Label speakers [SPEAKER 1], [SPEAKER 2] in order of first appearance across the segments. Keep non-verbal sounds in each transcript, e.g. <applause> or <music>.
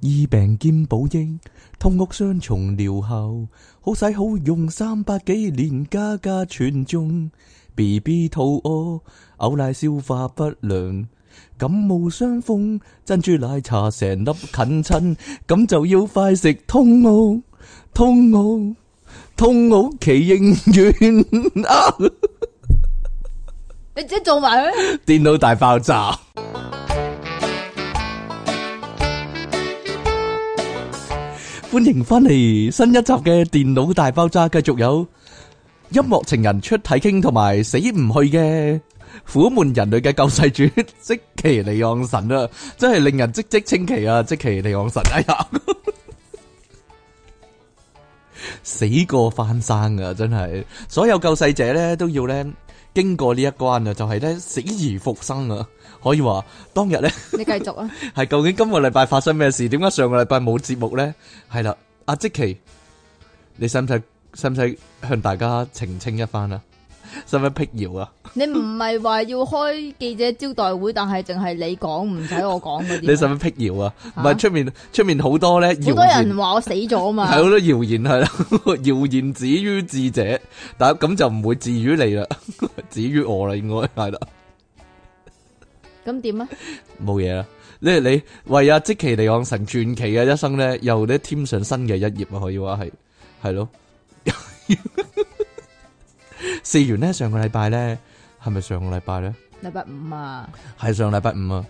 [SPEAKER 1] 醫病兼補益，通屋雙重療效，好使好用三百幾年家家傳頌。B B 肚屙，嘔奶消化不良，感冒傷風，珍珠奶茶成粒近親，咁就要快食通奧，通奧，通奧奇應丸啊！
[SPEAKER 2] 你自己
[SPEAKER 1] <laughs>
[SPEAKER 2] 做埋佢。
[SPEAKER 1] 電腦大爆炸，歡迎翻嚟新一集嘅電腦大爆炸，繼續有音樂情人出體傾同埋死唔去嘅苦悶人類嘅救世主積淇離岸神啊，真係令人嘖嘖稱奇啊！積淇離岸神，哎呀，死過翻生啊，真係所有救世者咧都要咧。經過呢一關啊，就係咧死而復生啊，可以話當日咧
[SPEAKER 2] 你繼續啊，
[SPEAKER 1] 係究竟今個禮拜發生咩事？點解上個禮拜冇節目咧？係啦，阿積淇，你使唔使使唔使向大家澄清一番啊？使唔使辟謠啊？
[SPEAKER 2] 你唔係話要開記者招待會，但係淨係你講，唔使我講嗰
[SPEAKER 1] 你使唔
[SPEAKER 2] 啲啊。
[SPEAKER 1] 使辟謠啊？唔
[SPEAKER 2] 嚇
[SPEAKER 1] 係出面出面好多咧謠
[SPEAKER 2] 好多
[SPEAKER 1] 言
[SPEAKER 2] 人，話我死咗啊
[SPEAKER 1] 係
[SPEAKER 2] 嘛，
[SPEAKER 1] 好多謠言係啦， <laughs> 謠言止於智者，但咁就唔會止於你啦， <laughs> 止於我啦，應該係啦。
[SPEAKER 2] 咁點啊？
[SPEAKER 1] 冇嘢啦。你你為阿積淇離岸神傳奇嘅一生咧，又咧添上新嘅一頁啊，可以話係係咯。 <laughs> 試完咧，上個禮拜咧，係咪上個禮拜咧？
[SPEAKER 2] 禮拜五啊，
[SPEAKER 1] 係上禮拜五啊，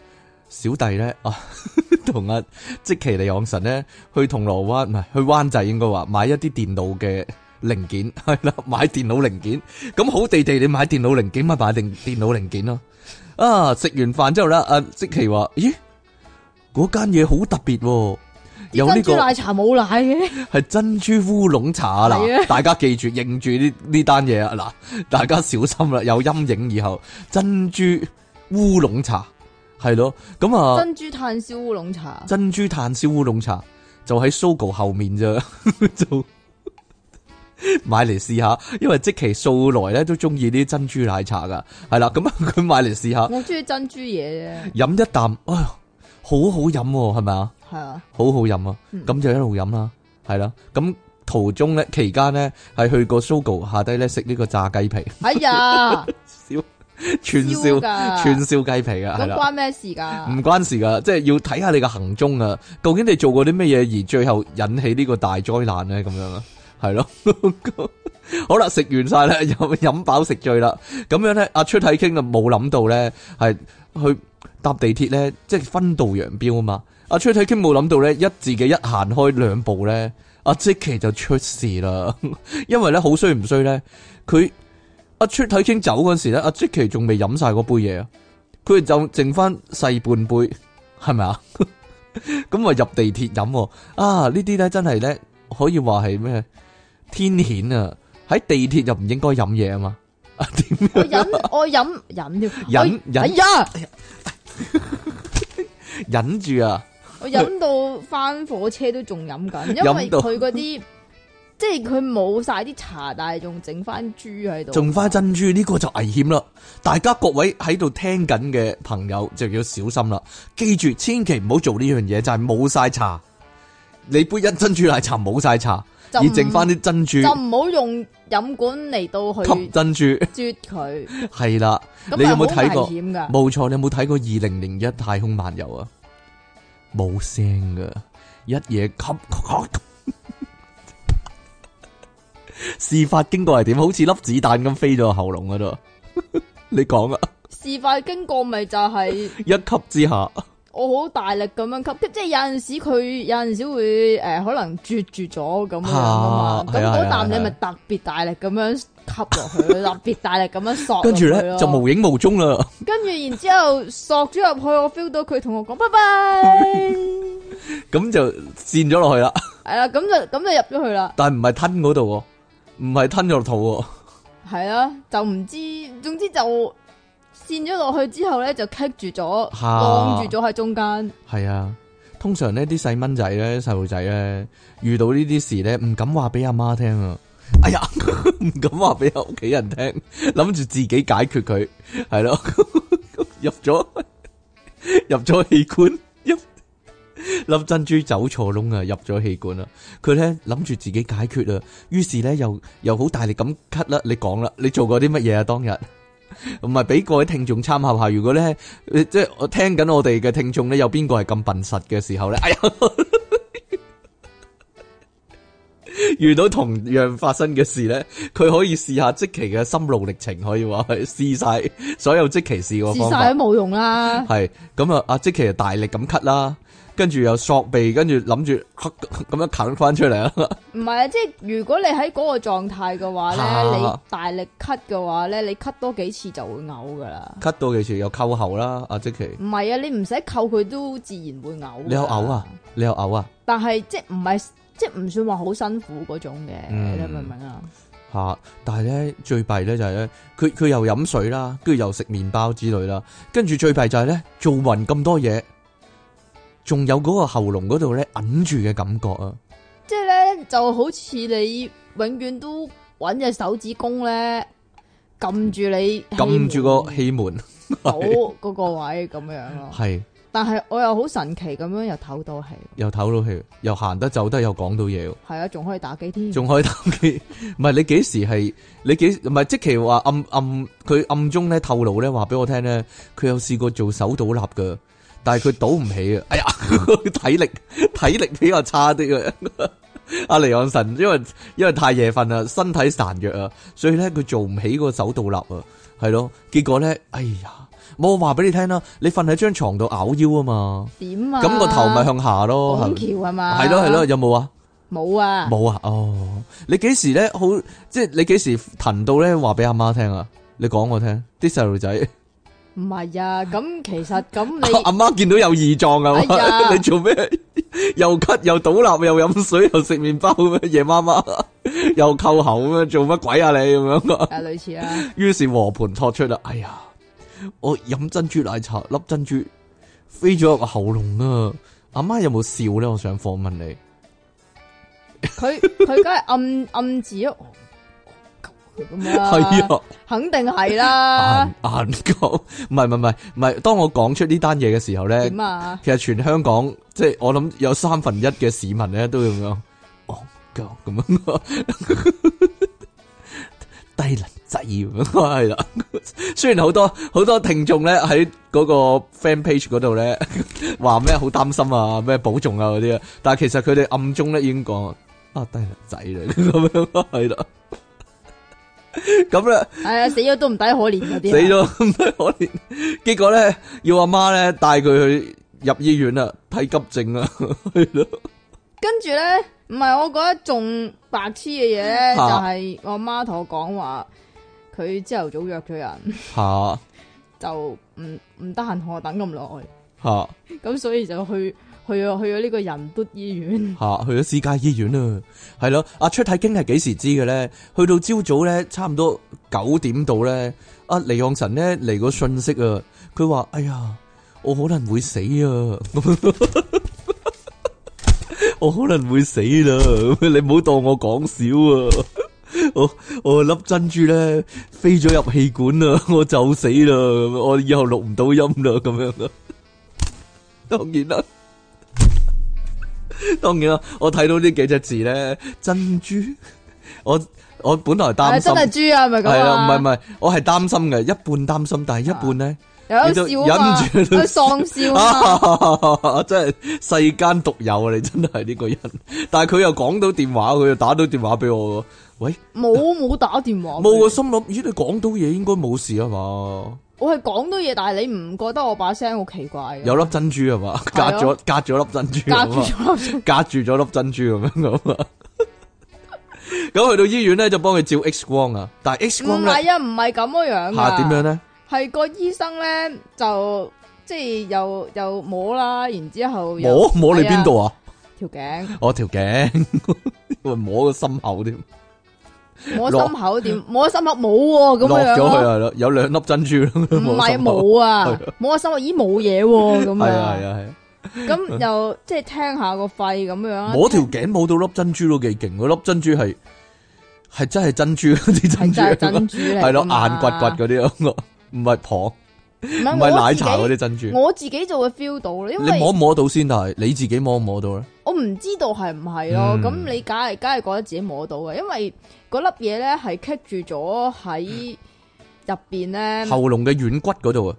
[SPEAKER 1] 小弟咧啊， <laughs> 同阿積淇離岸神咧去銅鑼灣，唔係去灣仔應該話買一啲電腦嘅零件， <laughs> 係啦，買電腦零件。咁好地地你買電腦零件咪買定電腦零件咯。啊，食完飯之後啦，阿積淇話：咦，嗰間嘢好特別喎，有呢
[SPEAKER 2] 珍
[SPEAKER 1] 個
[SPEAKER 2] 珠奶茶冇奶嘅，
[SPEAKER 1] 係珍珠烏龍茶啊！
[SPEAKER 2] 係
[SPEAKER 1] 嗱
[SPEAKER 2] 啊，
[SPEAKER 1] 大家記住認住呢呢單嘢啊！嗱，大家小心啦，有陰影以後珍珠烏龍茶係咯，咁啊
[SPEAKER 2] 珍珠炭燒烏龍茶，
[SPEAKER 1] 珍珠炭燒烏龍茶就喺 Sogo 後面啫， <laughs> 就買嚟試下，因為即其素來咧都中意啲珍珠奶茶噶，係啦，咁啊佢買嚟試下
[SPEAKER 2] 我中意珍珠
[SPEAKER 1] <laughs>
[SPEAKER 2] 嘢啫，
[SPEAKER 1] 飲一啖，哎呀，好好飲喎，係咪啊？
[SPEAKER 2] 係啊，
[SPEAKER 1] 好好飲啊！
[SPEAKER 2] 嗯
[SPEAKER 1] 咁就一路飲啦，係啦。咁途中咧，期間咧係去過 Sogo 下低咧食呢個炸雞皮， <laughs>
[SPEAKER 2] 哎呀，
[SPEAKER 1] 燒串
[SPEAKER 2] 燒
[SPEAKER 1] 燒
[SPEAKER 2] 㗎
[SPEAKER 1] 串燒雞皮啊，係
[SPEAKER 2] 咁
[SPEAKER 1] 啦，
[SPEAKER 2] 關咩事
[SPEAKER 1] <laughs>
[SPEAKER 2] 㗎？
[SPEAKER 1] 唔關事噶，即係要睇下你嘅行蹤啊，究竟你做過啲咩嘢而最後引起呢個大災難咧？咁樣啊，係咯。 <laughs> 好啦，食完晒啦， <laughs> 飲飲飽食醉啦，咁樣咧，阿出體傾就冇諗到咧，係去搭地鐵咧，即係分道揚镳啊嘛。阿崔體傾冇諗到咧，一自己一行開兩步咧，阿即奇就出事啦。 <laughs> 因為咧好衰唔衰咧，佢阿崔體傾走嗰時咧，阿即奇仲未飲晒嗰杯嘢啊，佢就剩翻細半杯，係咪啊？ <laughs> 咁啊入地鐵飲喎啊！呢啲咧真係咧可以話係咩天險啊！喺地鐵就唔應該飲嘢啊嘛，啊點樣
[SPEAKER 2] 我飲我飲飲添，
[SPEAKER 1] 忍
[SPEAKER 2] 我哎
[SPEAKER 1] 忍
[SPEAKER 2] 呀，
[SPEAKER 1] 忍住啊？
[SPEAKER 2] 我飲到翻火車都仲飲緊，因為
[SPEAKER 1] <laughs> 飲到
[SPEAKER 2] 佢嗰啲 <laughs> 即係佢冇晒啲茶，但係仲整翻珠喺度，
[SPEAKER 1] 仲花珍珠呢、個就危險啦！大家各位喺度聽緊嘅朋友就要小心啦，記住千祈唔好做呢樣嘢，就係冇晒茶，你杯一珍珠奶茶冇晒茶，
[SPEAKER 2] 就
[SPEAKER 1] 而
[SPEAKER 2] 唔
[SPEAKER 1] 剩翻啲珍珠
[SPEAKER 2] 就唔好用飲管嚟到
[SPEAKER 1] 吸
[SPEAKER 2] 去
[SPEAKER 1] 珍珠，
[SPEAKER 2] 啜佢，
[SPEAKER 1] 係啦，
[SPEAKER 2] 咁
[SPEAKER 1] 你有冇
[SPEAKER 2] 係好
[SPEAKER 1] 睇過
[SPEAKER 2] 危險㗎？
[SPEAKER 1] 冇錯，你有冇睇過二零零一太空漫遊啊？冇聲噶，一嘢吸，事發經過係點？好似粒子彈咁飛咗個喉嚨嗰度， <laughs> 你講啊！
[SPEAKER 2] 事發經過咪就
[SPEAKER 1] <laughs>
[SPEAKER 2] 係
[SPEAKER 1] 一吸之下。
[SPEAKER 2] 我好大力咁樣吸，即係有陣時佢有陣時會誒、呃可能啜住咗咁樣啊嘛，
[SPEAKER 1] 啊
[SPEAKER 2] 咁
[SPEAKER 1] 係啊
[SPEAKER 2] 嗰
[SPEAKER 1] 係啊
[SPEAKER 2] 啖你
[SPEAKER 1] 係啊
[SPEAKER 2] 咪特別大力咁樣吸落去， <laughs> 特別大力咁樣索
[SPEAKER 1] 跟住
[SPEAKER 2] 咧
[SPEAKER 1] 咧就無影無蹤啦，
[SPEAKER 2] 跟住然之後索咗入去，我 feel 到佢同我講拜
[SPEAKER 1] <laughs>
[SPEAKER 2] 拜，
[SPEAKER 1] 咁就跣咗落去啦。
[SPEAKER 2] 係啦，咁就咁就入咗去啦，
[SPEAKER 1] 但唔係吞嗰度喎，唔係吞咗落肚喎，
[SPEAKER 2] 係啊，就唔知，總之就跣咗落去之後咧就棘住咗，
[SPEAKER 1] 嚇
[SPEAKER 2] 晾住咗喺中間，
[SPEAKER 1] 係啊。通常呢啲細蚊仔咧、細路仔咧，遇到呢啲事咧，唔敢話俾阿媽聽啊。哎呀， <laughs> 唔敢話俾屋企人聽，諗住自己解決佢，係 <laughs> 咯。入咗入咗器官，入粒珍珠走錯窿啊，入咗氣管啦。佢咧諗住自己解決啦，於是咧又又好大力咁咳啦。你講啦，你做過啲乜嘢啊？當日唔係俾各位聽眾參考下。如果咧呃即係我聽緊我哋嘅聽眾咧，有邊個係咁笨實嘅時候咧？哎呀， <laughs> 遇到同樣發生嘅事咧，佢可以試下即期嘅心路歷程，可以話係試晒所有即期試過
[SPEAKER 2] 試
[SPEAKER 1] 方法
[SPEAKER 2] 晒。都冇用啦。
[SPEAKER 1] 系咁啊！阿即其實大力咁咳啦，跟住又索鼻，跟住諗住咳咁樣啃翻出嚟啦。
[SPEAKER 2] 唔係啊，即係如果你喺嗰個狀態嘅話咧，你大力咳嘅話咧，你咳多幾次就會嘔噶啦。
[SPEAKER 1] 咳到幾時又扣喉啦？阿即其，
[SPEAKER 2] 唔係啊，你唔使扣佢都自然會嘔。
[SPEAKER 1] 你有嘔啊？？你有嘔啊？
[SPEAKER 2] 但係即係唔係即係唔算話好辛苦嗰種嘅，
[SPEAKER 1] 嗯
[SPEAKER 2] 你明唔明啊？
[SPEAKER 1] 吓、但係咧最弊咧就係咧，佢佢又飲水啦，跟住又食麵包之類啦，跟住最弊就係咧做匀咁多嘢，仲有嗰個喉嚨嗰度咧揞住嘅感覺啊！
[SPEAKER 2] 即係咧就好似你永遠都揾隻手指公咧撳住你
[SPEAKER 1] 撳住個
[SPEAKER 2] 氣
[SPEAKER 1] 氣門，
[SPEAKER 2] 門口嗰個位咁樣
[SPEAKER 1] <laughs>
[SPEAKER 2] 咯。
[SPEAKER 1] 係
[SPEAKER 2] 但係我又好神奇咁樣又唞到氣，
[SPEAKER 1] 又唞到氣，又行得走得，又講到嘢喎。
[SPEAKER 2] 係啊，仲可以打機
[SPEAKER 1] <laughs>
[SPEAKER 2] 添。
[SPEAKER 1] 仲可以打機，唔係你幾時係你幾唔係即其話暗暗佢暗中咧透露咧話俾我聽咧，佢有試過做手倒立噶，但係佢倒唔起啊！哎呀， <laughs> 體力體力比較差啲啊！ <laughs> 阿離岸神因為因為太夜瞓啦，身體孱弱啊，所以咧佢做唔起個手倒立啊，係咯，結果咧，哎呀，冇我話俾你聽啦，你瞓喺張床度拗腰啊嘛，
[SPEAKER 2] 點啊？
[SPEAKER 1] 咁個頭咪向下咯，
[SPEAKER 2] 拱
[SPEAKER 1] 係
[SPEAKER 2] 橋係嘛？
[SPEAKER 1] 係咯係咯，，有冇啊？
[SPEAKER 2] 冇啊，
[SPEAKER 1] 冇啊，哦，你幾時咧好？即係你幾時騰到咧？話俾阿媽聽啊！你講我聽，啲細路仔，
[SPEAKER 2] 唔係啊。咁其實
[SPEAKER 1] <laughs>
[SPEAKER 2] 咁
[SPEAKER 1] 阿
[SPEAKER 2] 你
[SPEAKER 1] 媽見到有異狀啊嘛！
[SPEAKER 2] 哎
[SPEAKER 1] <laughs>
[SPEAKER 2] 呀
[SPEAKER 1] 你做咩？又咳又倒立又飲水又食麵包咁樣，夜媽媽 <laughs> 又扣喉咁樣，做乜鬼啊你咁樣 <laughs> 啊？
[SPEAKER 2] 啊類似啊，
[SPEAKER 1] 於是和盤托出啦！哎呀，我飲珍珠奶茶粒珍珠飛咗入個喉嚨啊！阿媽有冇笑咧？我想訪問你。
[SPEAKER 2] 佢佢梗係暗暗指咗我我咁樣啦，
[SPEAKER 1] 係啊。
[SPEAKER 2] 肯定
[SPEAKER 1] <laughs>
[SPEAKER 2] 係啦
[SPEAKER 1] 眼。眼角，唔係唔係唔係唔係，當我講出呢單嘢嘅時候咧
[SPEAKER 2] 點，啊？
[SPEAKER 1] 其實全香港即係我諗有三分一嘅市民咧都咁樣，戇鳩咁樣， <laughs> 低能仔咁樣係啦。雖然好多好多聽眾咧喺嗰個 fan page 嗰度咧 <laughs> 話咩好擔心啊，咩保重啊嗰啲啊，但係其實佢哋暗中咧已經講啊低能仔嚟咁樣係啦。咁咧。
[SPEAKER 2] 係啊，死咗都唔抵可憐嗰啲啊。
[SPEAKER 1] 死咗咁 <laughs> 多可憐，結果咧要阿媽咧帶佢去入醫院啦，睇急症啊 <laughs> 啦，係咯，
[SPEAKER 2] 跟住咧，唔係我覺得仲白痴嘅嘢咧，就
[SPEAKER 1] 啊
[SPEAKER 2] 係我媽同我講話，佢朝頭早約咗人，
[SPEAKER 1] 吓
[SPEAKER 2] 就唔唔得閒同我等咁耐，
[SPEAKER 1] 吓
[SPEAKER 2] 咁所以就去去咗去咗呢個仁德醫院。
[SPEAKER 1] 吓去咗私家醫院啦，係咯，阿出體經係幾時知嘅咧？去到朝早咧，差唔多九點到啊咧，阿離岸神咧嚟個訊息啊，佢話：哎呀，我可能會死啊！ <laughs> 我可能會死啦，你唔好當我講笑啊！ <laughs> 我我粒珍珠咧飛咗入氣管啦， <laughs> 我就死啦！我以後錄唔到音啦，咁樣啦。 <laughs> 當然啦， <laughs> 當然啦，我睇到呢幾隻字咧，珍珠，我我本來擔
[SPEAKER 2] 係
[SPEAKER 1] 心
[SPEAKER 2] 真，係豬啊，係咪
[SPEAKER 1] 係
[SPEAKER 2] 咁
[SPEAKER 1] 啦，唔係唔
[SPEAKER 2] 啊？
[SPEAKER 1] 係，我係擔心嘅，一半擔心，但係一半咧。
[SPEAKER 2] 有得笑啊嘛，
[SPEAKER 1] 你
[SPEAKER 2] 有
[SPEAKER 1] 就忍住
[SPEAKER 2] 喪笑啊嘛，
[SPEAKER 1] <laughs> 啊！真係世間獨有啊！你真係呢個人，但係佢又講到電話，佢又打到電話俾我喎。喂，
[SPEAKER 2] 冇冇打電話俾
[SPEAKER 1] 冇啊我
[SPEAKER 2] 你，
[SPEAKER 1] 心諗，咦？你講到嘢應該冇事啊嘛？
[SPEAKER 2] 我係講到嘢，但係你唔覺得我把聲好奇怪嘅？
[SPEAKER 1] 有粒珍珠啊嘛？隔
[SPEAKER 2] 係
[SPEAKER 1] 咗
[SPEAKER 2] 咯
[SPEAKER 1] 隔咗粒珍珠
[SPEAKER 2] 隔
[SPEAKER 1] 啊
[SPEAKER 2] 住
[SPEAKER 1] 嘛？
[SPEAKER 2] 咗，
[SPEAKER 1] <laughs> 隔住咗粒珍珠咁樣咁啊！咁去到醫院咧，就幫佢照 X 光啊。但係 X
[SPEAKER 2] 唔
[SPEAKER 1] 光咧
[SPEAKER 2] 係啊，唔係咁嘅樣
[SPEAKER 1] 嚇
[SPEAKER 2] 噶。
[SPEAKER 1] 點樣咧？
[SPEAKER 2] 系个醫生咧就即係又又摸啦，然之后又
[SPEAKER 1] 摸摸你邊度啊？
[SPEAKER 2] 條
[SPEAKER 1] <laughs>
[SPEAKER 2] 頸，
[SPEAKER 1] 我條頸，摸個心口添。
[SPEAKER 2] 摸
[SPEAKER 1] 落
[SPEAKER 2] 心口點？摸心口冇喎，咁
[SPEAKER 1] 落咗
[SPEAKER 2] 樣
[SPEAKER 1] 去
[SPEAKER 2] 咯。
[SPEAKER 1] 係咯，有兩粒珍珠咯， <laughs>
[SPEAKER 2] 唔係
[SPEAKER 1] 心口
[SPEAKER 2] 冇
[SPEAKER 1] <laughs>
[SPEAKER 2] 啊
[SPEAKER 1] 係，
[SPEAKER 2] 摸心口咦冇嘢喎，咁
[SPEAKER 1] 係啊係
[SPEAKER 2] 啊，
[SPEAKER 1] 啊係啊，
[SPEAKER 2] 咁又即係聽下個肺咁樣啊，
[SPEAKER 1] 摸條頸摸到粒珍珠都幾勁，嗰粒珍珠係係 <laughs> 真係珍珠嗰啲
[SPEAKER 2] 係真係
[SPEAKER 1] 珍珠，
[SPEAKER 2] 珍珠嚟㗎嘛，
[SPEAKER 1] 係咯硬掘掘嗰啲啊，唔係蚌，
[SPEAKER 2] 唔
[SPEAKER 1] 唔係
[SPEAKER 2] 係
[SPEAKER 1] 奶茶嗰
[SPEAKER 2] 啲，
[SPEAKER 1] 啲珍珠。
[SPEAKER 2] 我自己就會 feel 到咯，因
[SPEAKER 1] 你摸
[SPEAKER 2] 為
[SPEAKER 1] 唔摸到先？但係你自己摸唔摸到咧？
[SPEAKER 2] 我唔知道係唔係咯，
[SPEAKER 1] 嗯
[SPEAKER 2] 咁、你梗係梗係覺得自己摸到嘅，因為嗰粒嘢咧係棘住咗喺入边咧，
[SPEAKER 1] 喉嚨嘅軟骨嗰 <laughs> 度啊，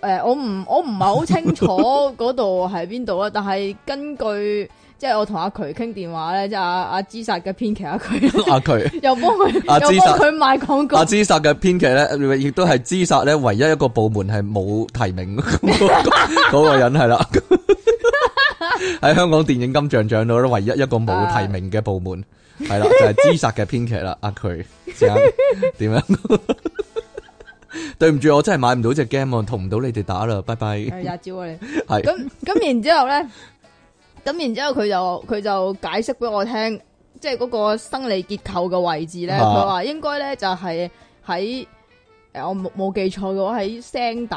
[SPEAKER 2] 诶、我唔我唔係好
[SPEAKER 1] <laughs>
[SPEAKER 2] 清楚嗰度係邊度啊，但係根據即係我同阿渠傾電話咧，即係阿阿之殺嘅編劇阿
[SPEAKER 1] <laughs>
[SPEAKER 2] 渠。
[SPEAKER 1] 阿佢。
[SPEAKER 2] 又幫佢，
[SPEAKER 1] 阿
[SPEAKER 2] 又
[SPEAKER 1] 芝
[SPEAKER 2] 幫
[SPEAKER 1] 薩
[SPEAKER 2] 佢賣廣告
[SPEAKER 1] 阿。芝薩嘅編劇咧，亦都係芝薩咧唯一一個部門係冇提名 <laughs> 嗰個人係啦， <laughs> 喺香港電影金像獎度咧，唯一一個冇提名嘅部門係啦，就係芝薩嘅編劇啦，阿佢先生點樣？ <laughs> 對唔住，我真係買唔到只 game 啊，同唔到你哋打啦，拜拜。 <laughs>
[SPEAKER 2] 係廿招啊你。
[SPEAKER 1] 係
[SPEAKER 2] 咁咁然之後咧，咁然之後佢就佢就解釋俾我聽，即係嗰個生理結構嘅位置咧，
[SPEAKER 1] 啊
[SPEAKER 2] 佢話應該咧就係喺诶我冇冇記錯嘅話喺聲帶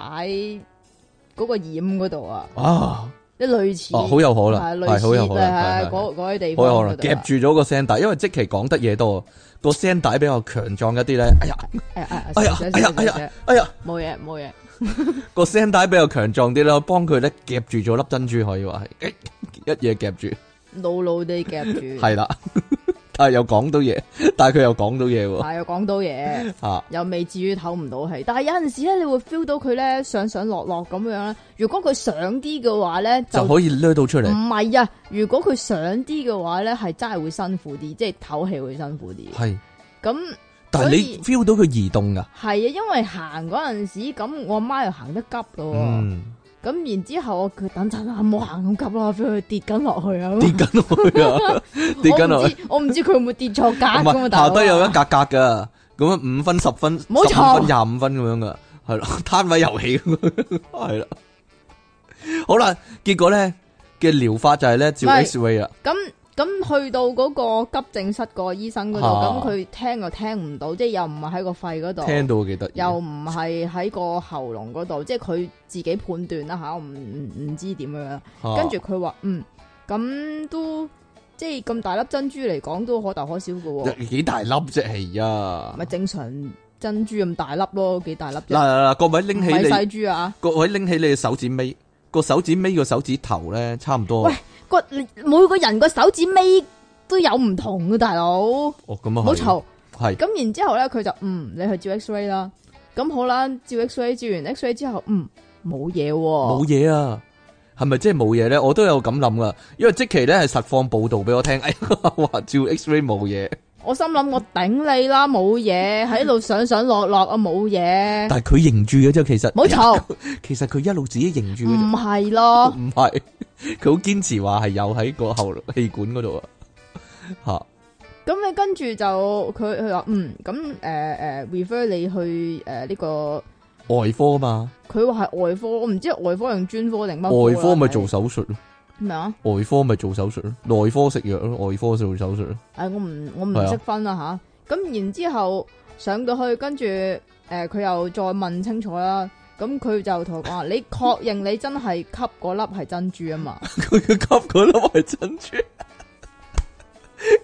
[SPEAKER 2] 嗰個染嗰度啊，
[SPEAKER 1] 啊，
[SPEAKER 2] 即係類似。
[SPEAKER 1] 哦，好有可能，
[SPEAKER 2] 類
[SPEAKER 1] 係
[SPEAKER 2] 似
[SPEAKER 1] 好有可能
[SPEAKER 2] 係
[SPEAKER 1] 係，係
[SPEAKER 2] 嗰嗰啲地
[SPEAKER 1] 好
[SPEAKER 2] 方
[SPEAKER 1] 有可能
[SPEAKER 2] 嗰度
[SPEAKER 1] 夾
[SPEAKER 2] 啊。
[SPEAKER 1] 住咗個聲帶，因為即期講得嘢多，個聲帶比較強壯一啲咧。哎呀，
[SPEAKER 2] 哎呀
[SPEAKER 1] 哎呀哎呀哎呀，哎呀！
[SPEAKER 2] 冇嘢冇嘢，
[SPEAKER 1] 个聲帶比較強壯啲啦，幫佢咧夾住咗粒珍珠，可以話係一嘢夾住，
[SPEAKER 2] 老老地夾住。
[SPEAKER 1] <laughs> 係啦。但係又講到嘢，但係佢又講到嘢喎，
[SPEAKER 2] 係又講到嘢。
[SPEAKER 1] 吓
[SPEAKER 2] 又未至於唞唔到氣，但係有陣時咧，你會 feel 到佢咧上上落落咁樣咧。如果佢上啲嘅話咧，就
[SPEAKER 1] 就
[SPEAKER 2] 唔
[SPEAKER 1] 可以掠到出嚟，
[SPEAKER 2] 係啊。如果佢上啲嘅話咧，係真係會辛苦啲，即係唞氣會辛苦啲。
[SPEAKER 1] 係。
[SPEAKER 2] 咁
[SPEAKER 1] 但係
[SPEAKER 2] 所
[SPEAKER 1] 你
[SPEAKER 2] 以
[SPEAKER 1] feel 到佢移動噶，
[SPEAKER 2] 係啊，因為行嗰陣時，咁我阿媽又行得急咯。咁、
[SPEAKER 1] 嗯，
[SPEAKER 2] 然之後我佢等陣啊，唔好行咁急啦，feel 佢跌緊落去啊。
[SPEAKER 1] 跌緊落去
[SPEAKER 2] <laughs>
[SPEAKER 1] 啊，跌緊落去，
[SPEAKER 2] 我唔知我唔知佢會唔會跌錯格
[SPEAKER 1] 唔
[SPEAKER 2] 咁啊，
[SPEAKER 1] 係
[SPEAKER 2] 大
[SPEAKER 1] 下
[SPEAKER 2] 佬
[SPEAKER 1] 低有一
[SPEAKER 2] 啊。
[SPEAKER 1] 格格噶，咁樣五分、十分、十
[SPEAKER 2] 冇
[SPEAKER 1] 五
[SPEAKER 2] 錯
[SPEAKER 1] 分、廿五分咁樣噶，係咯， <laughs> 攤位遊戲咁樣係啦。好啦，結果咧嘅療法就係咧照
[SPEAKER 2] 唔係
[SPEAKER 1] X-ray 啊啦，
[SPEAKER 2] 咁咁去到嗰個急症室個醫生嗰度，
[SPEAKER 1] 啊
[SPEAKER 2] 咁佢、聽又聽唔到，即係又唔係喺個肺嗰度。
[SPEAKER 1] 聽到幾得意。
[SPEAKER 2] 又唔係喺個喉嚨嗰度，即係佢自己判斷啦吓，我唔唔唔知點樣啦。
[SPEAKER 1] 啊
[SPEAKER 2] 跟住佢話嗯，咁都即係咁大粒珍珠嚟講都可大可小嘅喎，
[SPEAKER 1] 几大粒啫，係啊！
[SPEAKER 2] 咪正常珍珠咁大粒咯，幾大粒
[SPEAKER 1] 嗱
[SPEAKER 2] 啫，
[SPEAKER 1] 嗱嗱，各位
[SPEAKER 2] 唔
[SPEAKER 1] 拎起
[SPEAKER 2] 係細
[SPEAKER 1] 你，
[SPEAKER 2] 珠啊！
[SPEAKER 1] 各位拎起你嘅手指尾，個手指尾個手指頭咧，差唔多。
[SPEAKER 2] 喂個每個人個手指尾都有唔同嘅，大佬唔
[SPEAKER 1] 哦，咁啊，
[SPEAKER 2] 好嘈。
[SPEAKER 1] 嘈，系
[SPEAKER 2] 咁然之後咧，佢就嗯，你去照 X-ray 啦。咁好啦，照 X-ray 照完 X-ray 之後，嗯，冇嘢
[SPEAKER 1] 冇
[SPEAKER 2] 喎，
[SPEAKER 1] 嘢啊。係咪即係冇嘢咧？我都有咁諗噶，因為即期咧係實況報導俾我 <laughs> 聽，哎呀，話照 X-ray 冇嘢，
[SPEAKER 2] 我心諗我頂你啦，冇嘢喺度上上落落啊，冇嘢，
[SPEAKER 1] 但係佢認住嘅啫，其實 <laughs>
[SPEAKER 2] 冇嘈，
[SPEAKER 1] 其實佢一路自己認住嘅啫
[SPEAKER 2] 唔係咯，
[SPEAKER 1] 唔 <laughs> 係，佢好堅持話係有喺個喉氣管嗰度啊，吓。
[SPEAKER 2] 咁你跟住就佢佢話嗯，咁诶诶 refer 你去诶呢個，
[SPEAKER 1] 外科嘛，
[SPEAKER 2] 佢話係外科，我唔知係外科定專科定乜
[SPEAKER 1] 外科咪
[SPEAKER 2] 啦
[SPEAKER 1] 做手術咯。
[SPEAKER 2] 咩啊？
[SPEAKER 1] 外科咪做手術咯，內科食藥咯，外科做手術咯。 <laughs>
[SPEAKER 2] 诶，哎我唔我唔
[SPEAKER 1] 係啊
[SPEAKER 2] 識分啦吓。咁然之後上到去，跟住诶佢又再問清楚啦。咁佢就同我講話：你確認你真係吸嗰粒係珍珠啊嘛？
[SPEAKER 1] 佢嘅吸嗰粒係珍珠，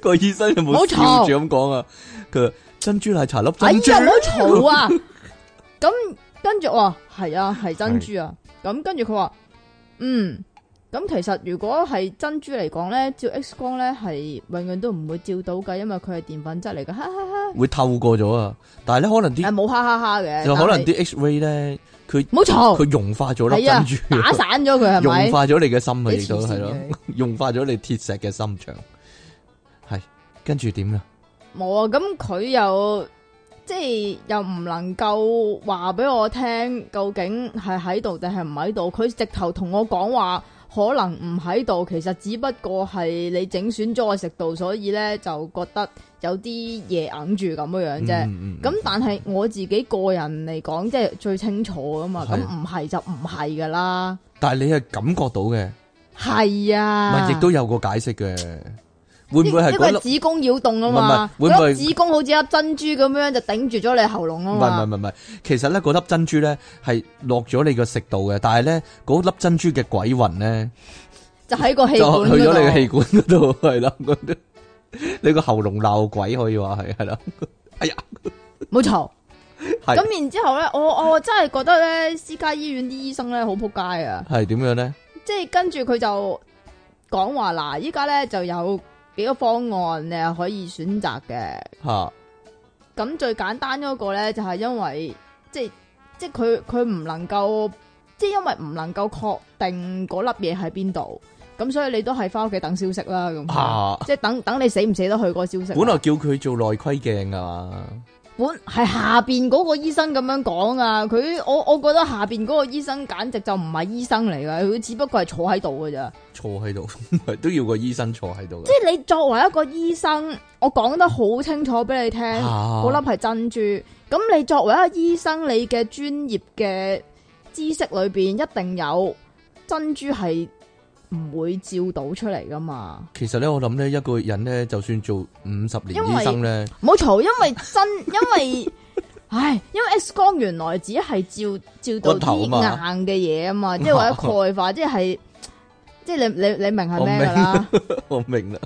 [SPEAKER 1] 個醫生有冇
[SPEAKER 2] 冇
[SPEAKER 1] 笑
[SPEAKER 2] 嘈
[SPEAKER 1] 住咁講啊？佢話珍珠奶茶粒
[SPEAKER 2] 哎
[SPEAKER 1] <laughs> 珍珠
[SPEAKER 2] 呀，，唔好嘈
[SPEAKER 1] <laughs>
[SPEAKER 2] 啊！咁跟住我話係啊，係珍珠啊。咁跟住佢話：嗯，咁其實如果係珍珠嚟講咧，照 X 光咧係永遠都唔會照到㗎，因為佢係澱粉質嚟㗎。哈哈哈！
[SPEAKER 1] 會透過咗啊！但係咧，可能
[SPEAKER 2] 誒
[SPEAKER 1] 啲
[SPEAKER 2] 冇哈哈哈嘅，
[SPEAKER 1] 就可
[SPEAKER 2] 但
[SPEAKER 1] 能
[SPEAKER 2] 係
[SPEAKER 1] 啲 X-ray 咧，佢
[SPEAKER 2] 唔好嘈，
[SPEAKER 1] 佢融化咗粒
[SPEAKER 2] 係
[SPEAKER 1] 珍
[SPEAKER 2] 啊，
[SPEAKER 1] 珠
[SPEAKER 2] 打
[SPEAKER 1] 啊，
[SPEAKER 2] 散咗佢係
[SPEAKER 1] 融
[SPEAKER 2] 咪？
[SPEAKER 1] 化咗你嘅心啊，
[SPEAKER 2] 你
[SPEAKER 1] 亦都
[SPEAKER 2] 黐
[SPEAKER 1] 係
[SPEAKER 2] 線
[SPEAKER 1] 咯，
[SPEAKER 2] 嘅
[SPEAKER 1] 融化咗你鐵石嘅心腸。係跟住點啊？
[SPEAKER 2] 冇啊！咁佢又即系又唔能夠話俾我聽，究竟係喺度定係唔喺度？佢直頭同我講話，可能唔喺度，其實只不過係你整損咗我食道，所以咧就覺得有啲嘢揞住咁樣樣啫。
[SPEAKER 1] 嗯，嗯嗯
[SPEAKER 2] 咁、但係我自己個人嚟講，即係最清楚噶嘛。
[SPEAKER 1] 係
[SPEAKER 2] 咁唔係就唔係噶啦，
[SPEAKER 1] 但係你係感覺到嘅，
[SPEAKER 2] 係啊，
[SPEAKER 1] 咪亦都有個解釋嘅，會唔會係
[SPEAKER 2] 呢
[SPEAKER 1] 嗰
[SPEAKER 2] 個
[SPEAKER 1] 粒
[SPEAKER 2] 係？子宮擾動啊嘛，
[SPEAKER 1] 唔係唔係會唔會
[SPEAKER 2] 嗰粒子宮好似粒珍珠咁樣就頂住咗你喉嚨
[SPEAKER 1] 唔係
[SPEAKER 2] 啊
[SPEAKER 1] 唔
[SPEAKER 2] 嘛，
[SPEAKER 1] 係唔係，其實咧嗰粒珍珠咧係落咗你個食道嘅，但係咧嗰粒珍珠嘅鬼魂咧
[SPEAKER 2] 就喺個
[SPEAKER 1] 就
[SPEAKER 2] 氣
[SPEAKER 1] 去
[SPEAKER 2] 管嗰度
[SPEAKER 1] 咗你個氣管嗰度， <laughs> 係啦，嗰啲你個喉嚨鬧鬼可以話係係啦，
[SPEAKER 2] 冇嘈，
[SPEAKER 1] 係
[SPEAKER 2] 咁然之後咧，我我真係覺得咧，私家醫院啲醫生咧好仆街啊！
[SPEAKER 1] 系点样咧？
[SPEAKER 2] 即係跟住佢就講話嗱，依家咧就有幾個方案你係可以選擇嘅。
[SPEAKER 1] 吓
[SPEAKER 2] 咁最簡單嗰個咧，就係因為即係即係佢佢唔能夠，即係因為唔能夠確定嗰粒嘢喺邊度，咁所以你都係翻屋企等消息啦，咁、
[SPEAKER 1] 吓，
[SPEAKER 2] <laughs> 即係等等你死唔死得去嗰個消息啦。啊
[SPEAKER 1] 本来叫佢做内窥镜噶嘛，
[SPEAKER 2] 本係下邊嗰個醫生咁樣講啊，佢我我覺得下邊嗰個醫生簡直就唔係醫生嚟噶，佢只不過係坐喺度噶咋。
[SPEAKER 1] 坐喺度 <laughs> 都要个医生坐喺度
[SPEAKER 2] 即係你作為一個醫生，我講得好清楚俾你聽，
[SPEAKER 1] 嘅。
[SPEAKER 2] 嗰
[SPEAKER 1] 吓
[SPEAKER 2] 粒係珍珠。咁你作為一個醫生，你嘅專業嘅知識裏边一定有珍珠係唔會照到出嚟噶嘛？
[SPEAKER 1] 其实咧，我谂咧，一个人咧，就算做五十年
[SPEAKER 2] 因為
[SPEAKER 1] 医生咧，
[SPEAKER 2] 唔好嘈，因為
[SPEAKER 1] <laughs>
[SPEAKER 2] 真因為。唉，因為 X 光原來只係照照
[SPEAKER 1] 骨
[SPEAKER 2] 到
[SPEAKER 1] 頭
[SPEAKER 2] 啲
[SPEAKER 1] 啊嘛
[SPEAKER 2] 硬嘅嘢啊嘛，即係或者
[SPEAKER 1] <laughs>
[SPEAKER 2] 鈣化，即係即係你你你明係
[SPEAKER 1] 我
[SPEAKER 2] 咩噶啦？
[SPEAKER 1] <laughs> 我明啦，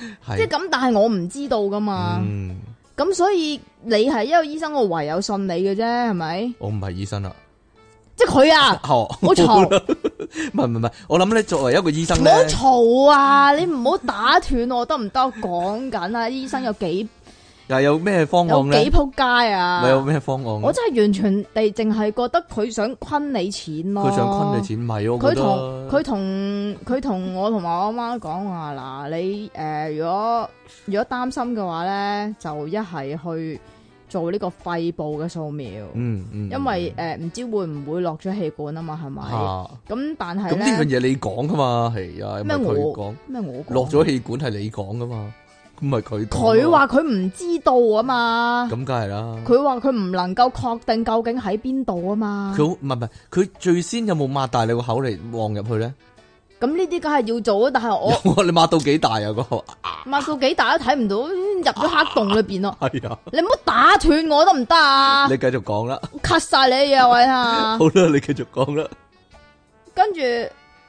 [SPEAKER 2] 即係
[SPEAKER 1] 系
[SPEAKER 2] 咁，但係我唔知道噶嘛。
[SPEAKER 1] 嗯，
[SPEAKER 2] 咁所以你係一個醫生，我唯有信你嘅啫，係咪？
[SPEAKER 1] 我唔系医生啦，
[SPEAKER 2] 即係佢啊，
[SPEAKER 1] 哦，
[SPEAKER 2] 唔好
[SPEAKER 1] 好啦
[SPEAKER 2] 嘈，
[SPEAKER 1] <laughs> 唔系唔系唔系，我谂咧，作为一个医生
[SPEAKER 2] 唔
[SPEAKER 1] 咧
[SPEAKER 2] 好，嘈啊！你唔好打斷我得唔得？我講緊啊，醫生有幾
[SPEAKER 1] 又有咩方
[SPEAKER 2] 有
[SPEAKER 1] 案咧
[SPEAKER 2] 幾？仆街
[SPEAKER 1] 嗯咪有
[SPEAKER 2] 啊！
[SPEAKER 1] 咩方案
[SPEAKER 2] 我
[SPEAKER 1] 呢？
[SPEAKER 2] 真係完全地淨係覺得佢想坤你錢咯，
[SPEAKER 1] 佢想坤你。钱，唔系我
[SPEAKER 2] 佢
[SPEAKER 1] 覺
[SPEAKER 2] 同
[SPEAKER 1] 得
[SPEAKER 2] 佢同佢同我同埋我媽講話嗱，你诶、呃如果如果擔心嘅話咧，就一係去做呢個肺部嘅掃描。
[SPEAKER 1] 嗯嗯，
[SPEAKER 2] 因為诶唔、知會唔會落咗氣管啊嘛，係咪？
[SPEAKER 1] 吓。
[SPEAKER 2] 咁但
[SPEAKER 1] 咁
[SPEAKER 2] 係
[SPEAKER 1] 呢樣
[SPEAKER 2] 咧
[SPEAKER 1] 嘢你講噶嘛？係啊，唔
[SPEAKER 2] 咩
[SPEAKER 1] 係
[SPEAKER 2] 我
[SPEAKER 1] 佢講
[SPEAKER 2] 咩我講
[SPEAKER 1] 落咗氣管係你講噶嘛？咁咪佢講㗎
[SPEAKER 2] 佢話佢唔知道啊嘛，
[SPEAKER 1] 咁梗係啦。
[SPEAKER 2] 佢話佢唔能夠確定究竟喺邊度啊嘛。
[SPEAKER 1] 佢好唔係唔係佢最先有冇擘大你個口嚟望入去咧？
[SPEAKER 2] 咁呢啲梗係要做，啊但係
[SPEAKER 1] <laughs>
[SPEAKER 2] 我
[SPEAKER 1] 你擘到幾大啊？個口
[SPEAKER 2] 擘到幾大都睇唔到，入咗黑洞裏边咯。
[SPEAKER 1] 係啊！
[SPEAKER 2] 你唔好打斷我得唔得啊？
[SPEAKER 1] 你繼續講啦，
[SPEAKER 2] cut 晒你啊喂
[SPEAKER 1] <laughs>
[SPEAKER 2] 啊
[SPEAKER 1] 好！啦，你繼續講啦。
[SPEAKER 2] 跟住，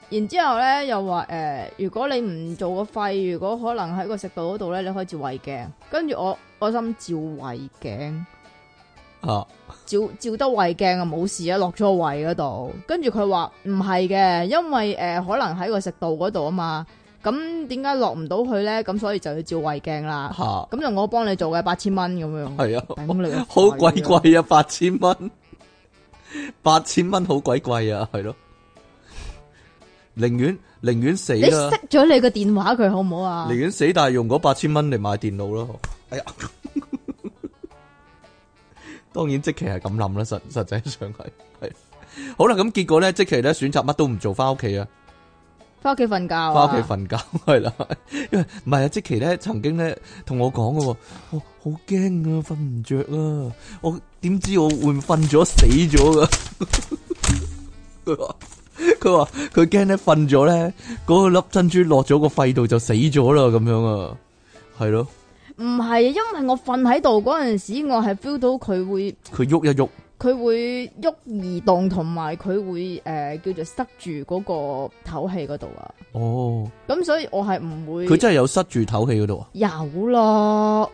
[SPEAKER 2] 然之后咧又話诶、如果你唔做個肺，如果可能喺個食道嗰度咧，你可以照胃鏡。跟住我我心照胃鏡，
[SPEAKER 1] 啊，
[SPEAKER 2] 照照得胃鏡啊，冇事啊，落咗個胃嗰度。跟住佢話唔係嘅，因為诶、呃可能喺個食道嗰度啊嘛。咁點解落唔到去咧？咁所以就要照胃鏡啦。
[SPEAKER 1] 吓
[SPEAKER 2] 咁就我幫你做嘅八千蚊咁樣。
[SPEAKER 1] 係啊，
[SPEAKER 2] 頂你個
[SPEAKER 1] 好鬼
[SPEAKER 2] 肺
[SPEAKER 1] 貴
[SPEAKER 2] 啊
[SPEAKER 1] 啊，八千蚊，八千蚊好鬼貴啊，係咯，寧願寧願死
[SPEAKER 2] 你啊
[SPEAKER 1] 啦。
[SPEAKER 2] 熄咗你個電話佢好唔好啊？
[SPEAKER 1] 宁愿死，但系用嗰八千蚊嚟买电脑咯。哎呀， <laughs> 当然即期系咁谂啦，实实际上系系好啦。咁结果咧，即期咧选择乜都唔做，翻屋企啊，
[SPEAKER 2] 翻屋企瞓覺啊。
[SPEAKER 1] 翻屋企瞓觉系啦。因为唔系啊，即期咧曾经咧同我讲嘅喎，我好惊啊，瞓唔着啊，我点知我換瞓咗死咗噶？佢話佢话佢惊咧瞓咗咧，嗰粒珍珠落咗个肺度就死咗啦，咁样啊，系咯。
[SPEAKER 2] 唔係，啊因為我瞓喺度嗰陣時，我係 feel 到佢會
[SPEAKER 1] 佢喐一喐，
[SPEAKER 2] 佢會喐移動，同埋佢會诶、呃叫做塞住嗰個唞氣嗰度啊。
[SPEAKER 1] 哦，
[SPEAKER 2] 咁所以我係唔會
[SPEAKER 1] 佢真係有塞住唞氣嗰度啊！
[SPEAKER 2] 有咯。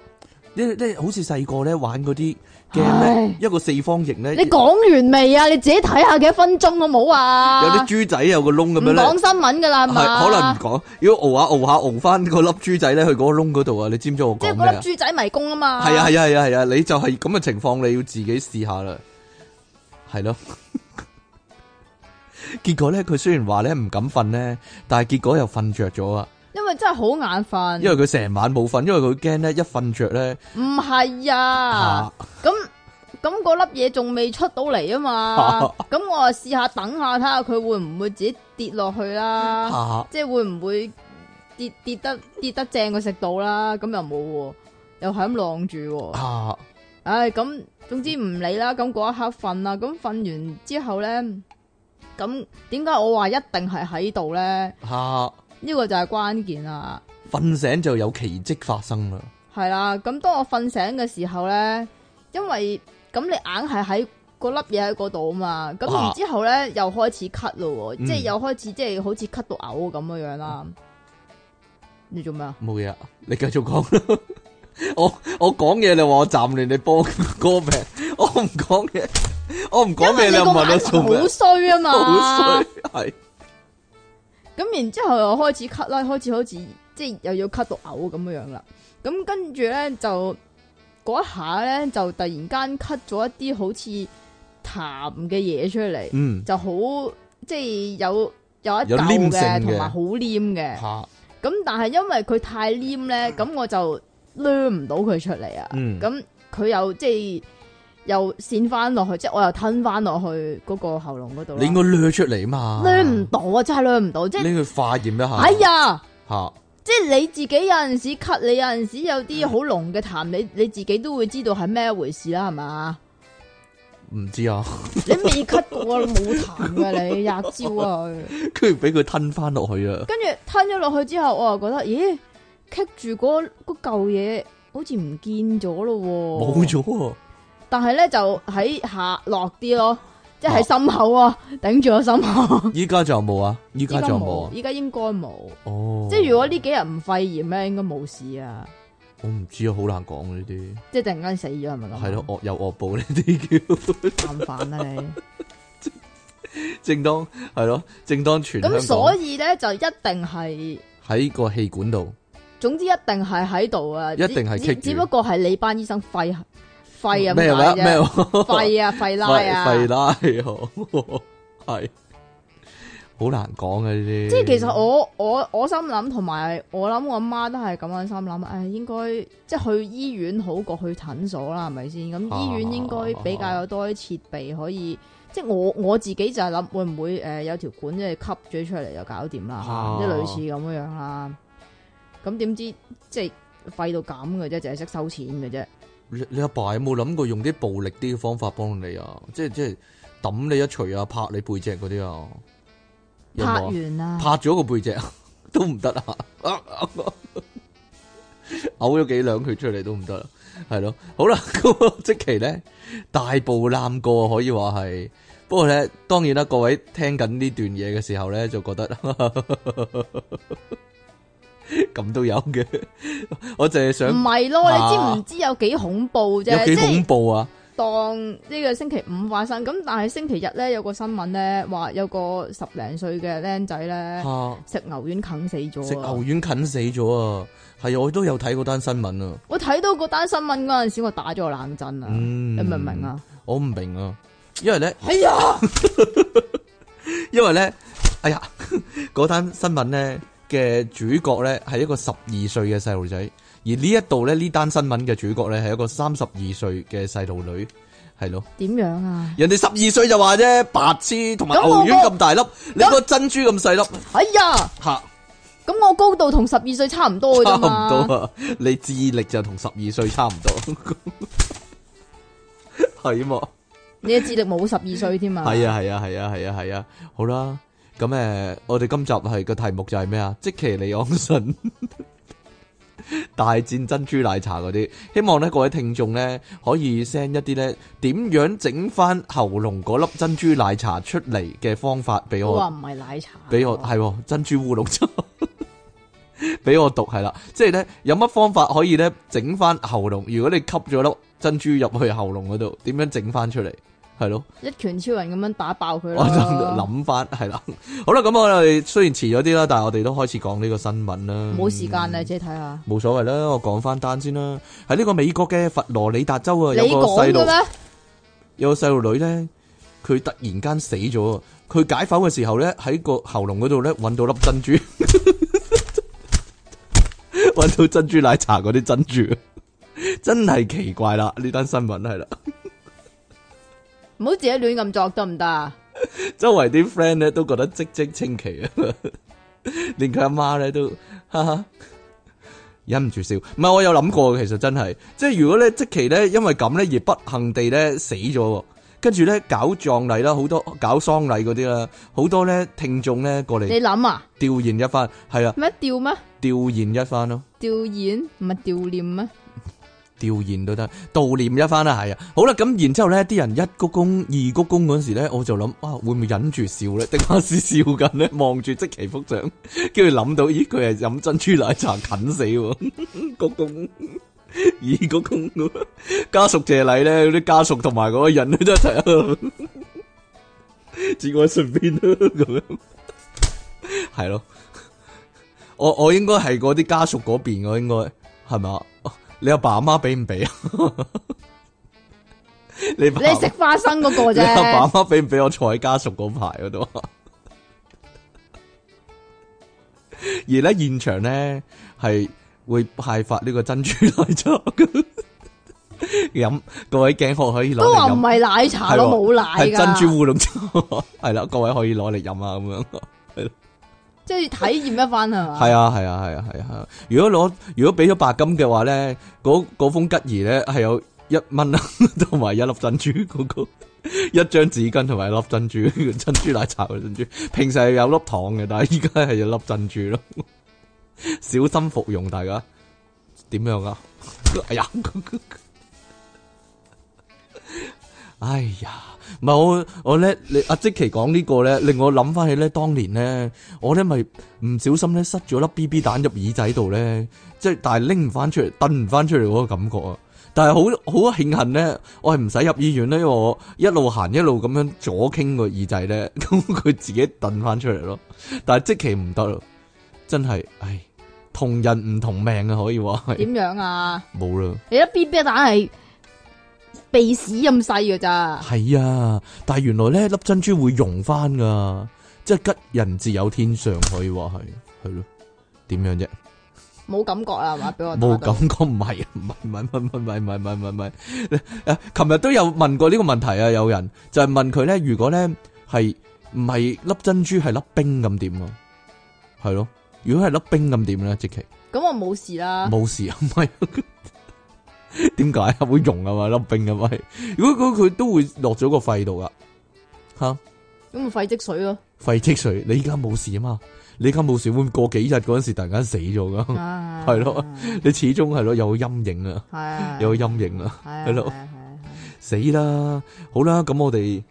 [SPEAKER 1] 呢呢好似細個咧玩嗰啲 game 咧
[SPEAKER 2] 唉，
[SPEAKER 1] 一個四方形咧，
[SPEAKER 2] 你講完未啊？你自己睇下幾多分鐘好冇啊？
[SPEAKER 1] 有啲豬仔有個窿咁
[SPEAKER 2] 唔
[SPEAKER 1] 樣咧，
[SPEAKER 2] 講新聞噶啦係嘛？
[SPEAKER 1] 係可能唔講，如果熬下熬下熬翻個粒豬仔咧去嗰個窿嗰度啊！你知唔知我
[SPEAKER 2] 即
[SPEAKER 1] 講
[SPEAKER 2] 係
[SPEAKER 1] 咩
[SPEAKER 2] 嗰粒
[SPEAKER 1] 啊？
[SPEAKER 2] 豬仔迷宮啊嘛。
[SPEAKER 1] 係啊係啊係啊係啊！你就係咁嘅情況，你要自己試下啦，係
[SPEAKER 2] <laughs>
[SPEAKER 1] 咯。結果咧，佢雖然話咧唔敢瞓咧，但係結果又瞓着咗啊！
[SPEAKER 2] 因為真係好眼瞓。
[SPEAKER 1] 因為佢成晚冇瞓，因為佢驚咧一瞓着咧
[SPEAKER 2] 唔係啊
[SPEAKER 1] 啊，
[SPEAKER 2] 咁咁嗰粒嘢仲未出到嚟啊嘛，咁我啊試下等下睇下佢會唔會自己跌落去啦，
[SPEAKER 1] <laughs> 嚇
[SPEAKER 2] 即係會唔會跌跌得跌得正個食到啦，咁又冇喎，又係咁晾住喎，
[SPEAKER 1] 嚇
[SPEAKER 2] 唉咁總之唔理啦，咁嗰一刻瞓啦，咁瞓完之後咧，咁點解我話一定係喺度咧？
[SPEAKER 1] 嚇。
[SPEAKER 2] 呢、個就係關鍵啦。
[SPEAKER 1] 瞓醒就有奇迹发生啦。
[SPEAKER 2] 系啦，咁当我瞓醒嘅時候咧，因為咁你硬係喺嗰粒嘢喺嗰度啊嘛，咁
[SPEAKER 1] 啊
[SPEAKER 2] 然之后咧又開始咳咯喎，
[SPEAKER 1] 嗯
[SPEAKER 2] 即係又開始即係好似咳到嘔咁樣樣啦。你做咩啊？
[SPEAKER 1] 冇嘢啊， <laughs> 你继续讲啦。我我讲嘢你话我站亂你波歌名，我唔講嘅，我唔講
[SPEAKER 2] 因為
[SPEAKER 1] 嘅，你又
[SPEAKER 2] 個
[SPEAKER 1] 問我
[SPEAKER 2] 眼
[SPEAKER 1] 做
[SPEAKER 2] 神
[SPEAKER 1] 咩
[SPEAKER 2] 好？衰啊
[SPEAKER 1] 好
[SPEAKER 2] 嘛
[SPEAKER 1] 衰，，係
[SPEAKER 2] 咁然之後又開始咳啦，開始好似即係又要咳到嘔咁樣樣啦。咁跟住咧就嗰一下咧就突然間咳咗一啲好似痰嘅嘢出嚟，
[SPEAKER 1] 嗯
[SPEAKER 2] 就好即係有有一
[SPEAKER 1] 有
[SPEAKER 2] 嚿
[SPEAKER 1] 黏性嘅
[SPEAKER 2] 嘅，同埋好黏嘅。
[SPEAKER 1] 吓
[SPEAKER 2] 咁但係因為佢太黏咧，咁我就掠唔到佢出嚟啊。
[SPEAKER 1] 嗯
[SPEAKER 2] 咁佢又即係又濺翻落去，即係我又吞翻落去嗰個喉嚨嗰度啦。
[SPEAKER 1] 你應該掠出嚟嘛，
[SPEAKER 2] 掠唔到啊！真係掠唔到，即係
[SPEAKER 1] 你去化驗一下，
[SPEAKER 2] 哎呀！
[SPEAKER 1] 吓
[SPEAKER 2] 即係你自己有陣時咳，你有陣時有
[SPEAKER 1] 嗯
[SPEAKER 2] 啲好濃嘅痰，你你自己都會知道係咩回事啦，係嘛？
[SPEAKER 1] 唔知啊， <laughs>
[SPEAKER 2] 你未咳過冇痰噶你，吔招啊佢！
[SPEAKER 1] 跟住俾佢吞翻落去啊，
[SPEAKER 2] 跟住吞咗落去之後，我又覺得，咦，棘住嗰嗰嚿嘢好似唔見咗咯喎，
[SPEAKER 1] 冇咗啊喎。
[SPEAKER 2] 但係咧就喺下落啲咯，即係喺心口啊，頂住我心口。
[SPEAKER 1] 依家仲有冇啊？依
[SPEAKER 2] 依
[SPEAKER 1] 家
[SPEAKER 2] 家
[SPEAKER 1] 仲有冇
[SPEAKER 2] 冇，
[SPEAKER 1] 啊？
[SPEAKER 2] 依家應該冇。
[SPEAKER 1] 哦，
[SPEAKER 2] 即係如果呢幾日唔肺炎咧，應該冇事啊。
[SPEAKER 1] 我唔知啊，好難講啊呢啲，
[SPEAKER 2] 即係突然間死咗係咪咁？
[SPEAKER 1] 係咯，惡有惡報呢啲叫。 <laughs>
[SPEAKER 2] 淡飯啦你。
[SPEAKER 1] 正當係咯，正當全香
[SPEAKER 2] 咁所
[SPEAKER 1] 港
[SPEAKER 2] 以咧就一定係，
[SPEAKER 1] 喺個氣管度，
[SPEAKER 2] 總之一定係喺度啊！
[SPEAKER 1] 一定係棘
[SPEAKER 2] 只只
[SPEAKER 1] 住
[SPEAKER 2] 只不過係你班醫生廢廢啊
[SPEAKER 1] 咩話
[SPEAKER 2] 咁解
[SPEAKER 1] 咩
[SPEAKER 2] 啫，
[SPEAKER 1] 話
[SPEAKER 2] 廢啊廢拉啊！
[SPEAKER 1] 費拉係好難講嘅呢啲。
[SPEAKER 2] 即係其實我我我心諗，同埋我諗我阿媽都係咁樣心諗，唉，應該即係去醫院好過去診所啦，係咪先？
[SPEAKER 1] 啊
[SPEAKER 2] 咁醫院應該比較有多啲設備可以，即係我我自己就係諗會唔會誒、呃有條管即係吸咗出嚟就搞掂啦，
[SPEAKER 1] 啊
[SPEAKER 2] 即係類似咁樣樣啦。咁點知即係廢到咁嘅啫，淨係識收錢嘅啫。
[SPEAKER 1] 你你阿爸有冇諗過用啲暴力啲嘅方法幫你啊？即係即係揼你一錘啊，拍你背脊嗰啲啊，有
[SPEAKER 2] 拍
[SPEAKER 1] 冇啊？
[SPEAKER 2] 完啦，
[SPEAKER 1] 拍咗個背脊 <laughs> 都唔得啊！ <laughs> 嘔咗幾兩血出嚟都唔得啦，係咯，好啦，咁啊即期咧大步攬過可以話係，不過咧當然啦，各位聽緊呢段嘢嘅時候咧就覺得 <laughs> 咁都有嘅，我淨係
[SPEAKER 2] 唔
[SPEAKER 1] 想
[SPEAKER 2] 係咯？
[SPEAKER 1] 啊
[SPEAKER 2] 你知唔知有幾恐怖啫？
[SPEAKER 1] 有
[SPEAKER 2] 即
[SPEAKER 1] 幾
[SPEAKER 2] 嗯係
[SPEAKER 1] 恐怖啊！
[SPEAKER 2] 當呢個星期五發生，咁但係星期日咧有個新聞咧話有個十零歲嘅僆仔咧
[SPEAKER 1] 嚇
[SPEAKER 2] 食牛丸啃死
[SPEAKER 1] 啊食
[SPEAKER 2] 咗
[SPEAKER 1] 牛
[SPEAKER 2] 啊！
[SPEAKER 1] 丸啃死咗啊！係啊，我都有睇嗰單新聞啊。
[SPEAKER 2] 我睇到嗰單新聞嗰陣時，我打咗個冷震啊！
[SPEAKER 1] 嗯，
[SPEAKER 2] 你明唔明？啊？
[SPEAKER 1] 我唔明啊，因為咧。
[SPEAKER 2] 哎呀，
[SPEAKER 1] 因为咧，哎呀， <laughs> 嗰单新闻咧嘅主角咧系一个十二岁嘅细路仔，而呢一度咧呢单新闻嘅主角咧系一个三十二岁嘅细路女，系咯，
[SPEAKER 2] 點樣啊？
[SPEAKER 1] 人哋十二岁就话啫，白痴同埋
[SPEAKER 2] 咁
[SPEAKER 1] 牛
[SPEAKER 2] 我
[SPEAKER 1] 丸咁大粒，你个珍珠咁细粒，
[SPEAKER 2] 哎呀，
[SPEAKER 1] 吓
[SPEAKER 2] 咁我高度同十二歲差唔多嘅
[SPEAKER 1] 差
[SPEAKER 2] 啫
[SPEAKER 1] 唔多
[SPEAKER 2] 嘛。
[SPEAKER 1] 啊！你智力就同十二岁差唔多， <laughs> 系嘛？
[SPEAKER 2] 你嘅智力冇十二歲添啊！
[SPEAKER 1] 系，啊系啊系啊系啊系啊，好啦，咁诶，我哋今集系个题目就系咩啊？即其利昂神 <laughs> 大战珍珠奶茶嗰啲，希望咧各位听众咧可以 send 一啲咧点样整翻喉咙嗰粒珍珠奶茶出嚟嘅方法俾
[SPEAKER 2] 我話
[SPEAKER 1] 我，
[SPEAKER 2] 唔係奶茶，
[SPEAKER 1] 俾我系喎珍珠乌龙茶。 <laughs> 俾我讀係啦，即係咧有乜方法可以咧整翻喉嚨？如果你吸咗粒珍珠入去喉嚨嗰度，點樣整翻出嚟？係咯。
[SPEAKER 2] 一拳超人咁樣打爆佢
[SPEAKER 1] 我就
[SPEAKER 2] 啦！
[SPEAKER 1] 諗翻係啦，好啦，咁我哋雖然遲咗啲啦，但係我哋都開始講呢個新聞啦。
[SPEAKER 2] 冇時間啦，自己睇下。
[SPEAKER 1] 冇所謂啦，我講翻單先啦。喺呢個美國嘅佛羅里達州啊，
[SPEAKER 2] 你
[SPEAKER 1] 有個
[SPEAKER 2] 講
[SPEAKER 1] 細
[SPEAKER 2] 嘅
[SPEAKER 1] 路，
[SPEAKER 2] 咩？
[SPEAKER 1] 有個細路女咧，佢突然間死咗。佢解剖嘅時候咧，喺個喉嚨嗰度咧揾到粒珍珠， <laughs> 揾到珍珠奶茶嗰啲珍珠，真係奇怪啦！呢單新聞係啦。
[SPEAKER 2] 唔好自己亂咁作得唔得啊？
[SPEAKER 1] 周圍啲 friend 咧都覺得嘖嘖稱奇啊， <laughs> 連佢阿媽咧都哈哈忍唔住笑。唔係我有諗過嘅，其實真係，即係如果咧即期咧因為咁咧而不幸地咧死咗喎，跟住咧搞葬禮啦，好多搞喪禮嗰啲啦，好多咧聽眾咧過嚟
[SPEAKER 2] 你諗啊？
[SPEAKER 1] 吊唁一番，係啊，
[SPEAKER 2] 咩吊咩？
[SPEAKER 1] 吊唁一番咯。
[SPEAKER 2] 吊唁唔係吊
[SPEAKER 1] <laughs>
[SPEAKER 2] 念咩？
[SPEAKER 1] 吊唁都得，悼念一番啦，係啊，好啦，咁然之後咧，啲人一鞠躬、二鞠躬嗰時咧，我就諗啊，會唔會忍住笑咧？定還是笑緊咧？望住即其幅相，跟住諗到，咦，佢係飲珍珠奶茶近死喎，鞠躬，咦，嗰個家屬謝禮咧，嗰啲家屬同埋嗰個人都一齊喺度， <laughs> 自我順便咯咁樣，係咯。我我應該係嗰啲家屬嗰邊，我應該係咪啊？你阿爸阿媽俾唔俾啊？ <laughs> 你爸
[SPEAKER 2] 你食花生嗰個
[SPEAKER 1] 你阿爸阿
[SPEAKER 2] 啫，
[SPEAKER 1] 媽俾唔俾我坐喺家屬嗰排嗰度？而咧現場咧係會派發呢個珍珠奶茶 <laughs> 嘅，飲各位頸渴可以攞
[SPEAKER 2] 都話
[SPEAKER 1] 嚟
[SPEAKER 2] 唔
[SPEAKER 1] 飲，
[SPEAKER 2] 係奶茶咯，
[SPEAKER 1] 係喎
[SPEAKER 2] 冇奶
[SPEAKER 1] 係
[SPEAKER 2] 噶，
[SPEAKER 1] 珍珠烏龍茶， <laughs> 係啦，各位可以攞嚟飲啊咁樣。
[SPEAKER 2] 即係體驗一番係嘛？
[SPEAKER 1] <laughs> 係啊係啊係啊係啊係啊！如果攞如果俾咗白金嘅話咧，嗰嗰封吉兒咧係有一蚊啦， <laughs> 同埋一粒珍珠嗰、個，一張紙巾同埋一粒珍珠， <laughs> 珍珠奶茶嘅珍珠。平時係有粒糖嘅，但係依家係有粒珍珠咯。 <laughs> 小心服用，大家點樣啊？ <laughs> 哎呀！哎呀，唔係我我咧，你阿即奇講呢個咧，令我諗翻起咧，當年咧，我咧咪唔小心咧塞咗粒 B B 蛋入耳仔度咧，即係但係拎唔翻出嚟，燉唔翻出嚟嗰個感覺啊！但係好好慶幸咧，我係唔使入醫院咧，因為我一路行一路咁樣左傾個耳仔咧， <laughs> 咁佢自己燉翻出嚟咯。但係即期唔得咯，真係，唉，同人唔同命啊，可以話係
[SPEAKER 2] 點樣啊？
[SPEAKER 1] 冇啦。
[SPEAKER 2] 你一 B B 蛋係鼻屎咁細噶咋？
[SPEAKER 1] 系啊，但系原來咧粒珍珠會溶翻噶，即係吉人自有天相，可以話係係咯。點樣啫？
[SPEAKER 2] 冇感覺啦係嘛？俾我打到
[SPEAKER 1] 冇感覺唔係啊，唔係唔係唔係唔係唔係唔係唔係唔係。誒，琴日都有問過呢個問題啊，有人就係問佢咧，如果咧係唔係粒珍珠係粒冰咁點啊？係咯，如果係粒冰咁點咧？即其
[SPEAKER 2] 咁我冇事啦。
[SPEAKER 1] 冇事啊，唔 <laughs> 係點解啊？會溶啊嘛，粒冰啊嘛，係如果佢佢都會落咗個肺度噶吓。
[SPEAKER 2] 咁咪肺積水咯。
[SPEAKER 1] 肺積水，你依家冇事啊嘛？你依家冇事，會唔會過幾日嗰阵时突然間死咗噶？係
[SPEAKER 2] 係
[SPEAKER 1] 咯你始終係咯有個陰影啊，
[SPEAKER 2] 係啊，
[SPEAKER 1] 有個陰影啊，
[SPEAKER 2] 係
[SPEAKER 1] 係咯
[SPEAKER 2] 咯，係啊係啊
[SPEAKER 1] 死啦！好啦，咁我哋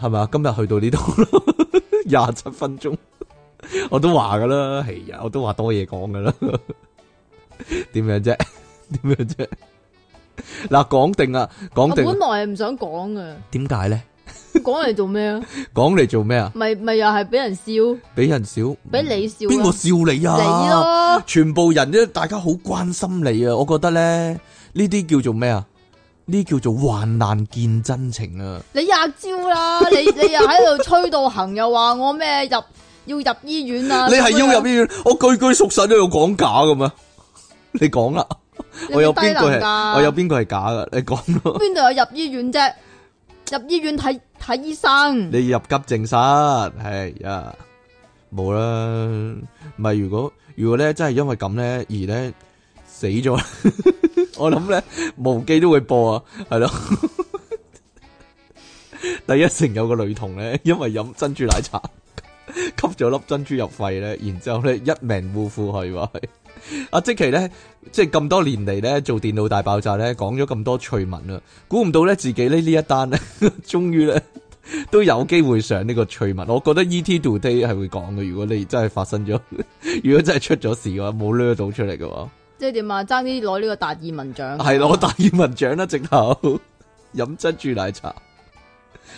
[SPEAKER 1] 係咪啊？今日去到呢度 <laughs> 咯，廿七分鐘，我都話噶啦，係啊，我都話多嘢講噶啦，點樣啫？ <laughs> 點樣啫？嗱，講定啊，講
[SPEAKER 2] 我本
[SPEAKER 1] 定啊，
[SPEAKER 2] 來係唔想講嘅，
[SPEAKER 1] 點解咧？
[SPEAKER 2] 講嚟做咩啊？
[SPEAKER 1] 講嚟做咩啊？
[SPEAKER 2] 咪咪又係俾人笑，
[SPEAKER 1] 俾人笑，
[SPEAKER 2] 俾你笑啊，
[SPEAKER 1] 邊個笑你啊？
[SPEAKER 2] 你咯，
[SPEAKER 1] 全部人咧，大家好關心你啊！我覺得咧，呢啲叫做咩啊？呢叫做患難見真情啊！
[SPEAKER 2] 你壓招啦，你你又喺度吹到行，又話我咩入要入醫院
[SPEAKER 1] <laughs>
[SPEAKER 2] 啊？
[SPEAKER 1] 你係
[SPEAKER 2] 咁樣
[SPEAKER 1] 要入醫院，我句句屬實都要講假噶嘛？你講啦，
[SPEAKER 2] 你
[SPEAKER 1] 我有
[SPEAKER 2] 邊
[SPEAKER 1] 邊個
[SPEAKER 2] 低
[SPEAKER 1] 係
[SPEAKER 2] 能㗎
[SPEAKER 1] 我有邊個係假噶？你講咯，
[SPEAKER 2] 邊度有入醫院啫？入醫院睇睇醫生，
[SPEAKER 1] 你入急症室係呀，冇啦。唔係如果如果咧真係因為咁咧而咧死咗 <laughs> 呢，我諗咧無記都會播啊，係咯。 <laughs> 第一城有個女童咧，因為飲珍珠奶茶， <laughs> 吸咗粒珍珠入肺咧，然之後咧一命嗚呼係話係。阿即奇咧，即係咁多年嚟咧做電腦大爆炸咧，講咗咁多趣聞啦，估唔到咧自己呢呢一 <laughs> 單咧，終於咧都有機會上呢個趣聞。我覺得 E.T. Today 係會講嘅，如果你真係發生咗， <laughs> 如果真係出咗事嘅話，冇掠到出嚟嘅話。
[SPEAKER 2] 即係點啊？爭啲攞呢個達爾文獎，
[SPEAKER 1] 系攞大耳文獎啦，直頭 <laughs> 飲珍珠奶茶，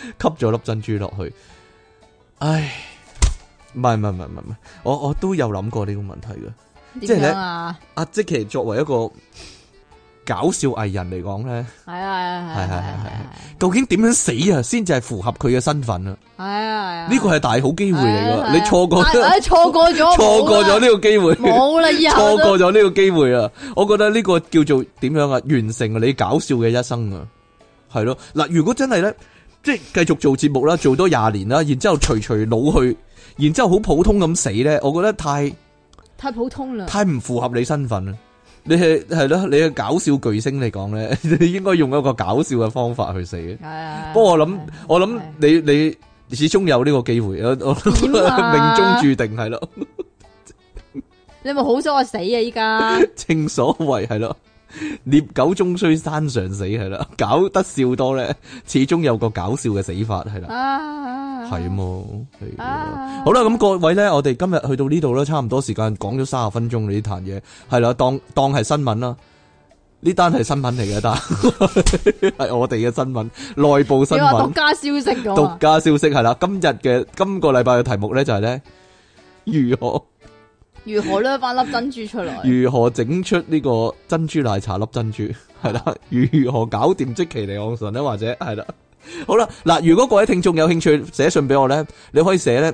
[SPEAKER 1] 吸咗粒珍珠落去。唉，唔係唔係唔係唔係唔係，我我都有諗過呢個問題嘅。即係
[SPEAKER 2] 點
[SPEAKER 1] 咧
[SPEAKER 2] 樣啊？
[SPEAKER 1] 阿即其作為一個搞笑藝人嚟講咧，
[SPEAKER 2] 係
[SPEAKER 1] 係
[SPEAKER 2] 啊係啊
[SPEAKER 1] 係係
[SPEAKER 2] 係
[SPEAKER 1] 係
[SPEAKER 2] 啊
[SPEAKER 1] 究竟點樣死啊，先至係符合佢嘅身份啊？
[SPEAKER 2] 係啊！
[SPEAKER 1] 呢個係大好機會嚟
[SPEAKER 2] 係啊
[SPEAKER 1] 噶，你錯過
[SPEAKER 2] 係啊
[SPEAKER 1] <laughs> 錯
[SPEAKER 2] 錯過咗，
[SPEAKER 1] 過咗呢個機會。
[SPEAKER 2] 冇啊啦， <laughs> 以
[SPEAKER 1] <laughs>
[SPEAKER 2] 後
[SPEAKER 1] 錯
[SPEAKER 2] 都
[SPEAKER 1] 過咗呢個機會啊！我覺得呢個叫做點樣啊？完成你搞笑嘅一生啊，係咯嗱。如果真係咧，即係繼續做節目啦，做多廿年啦，然之後隨隨老去，然之後好普通咁死咧，我覺得太
[SPEAKER 2] 嗯太普通啦。
[SPEAKER 1] 太唔符合你身份啦。啊你係係咯，你嘅搞笑巨星嚟講咧， <laughs> 你應該用一個搞笑嘅方法去死嘅。
[SPEAKER 2] 係啊
[SPEAKER 1] 不過我諗，我諗
[SPEAKER 2] 係
[SPEAKER 1] 你你始終有呢個機會，我我
[SPEAKER 2] 點啊
[SPEAKER 1] <laughs> 命中注定係咯。
[SPEAKER 2] 你咪好想我死啊！依
[SPEAKER 1] <laughs>
[SPEAKER 2] 家
[SPEAKER 1] 正所謂係咯，獵狗終須山上死係啦，搞得笑多咧，始終有個搞笑嘅死法係啦，
[SPEAKER 2] 啊，
[SPEAKER 1] 係麼？係啦
[SPEAKER 2] 啊
[SPEAKER 1] 好啦，咁各位咧，我哋今日去到呢度啦，差唔多時間講咗三十分鐘呢壇嘢，係啦，當當係新聞啦，呢單 <laughs> 係新聞嚟嘅，但係我哋嘅新聞，內部新
[SPEAKER 2] 你話啊
[SPEAKER 1] 聞
[SPEAKER 2] 獨。家消息咁
[SPEAKER 1] 獨
[SPEAKER 2] 啊？
[SPEAKER 1] 家消息係啦，今日嘅今個禮拜嘅題目咧就係咧如何
[SPEAKER 2] 如何掠翻粒珍珠出嚟？
[SPEAKER 1] 如何整出呢個珍珠奶茶粒珍珠
[SPEAKER 2] 啊
[SPEAKER 1] 係啦，如何搞掂即其尼昂神咧，或者係啦，好啦，嗱，如果各位聽眾有興趣寫信俾我咧，你可以寫咧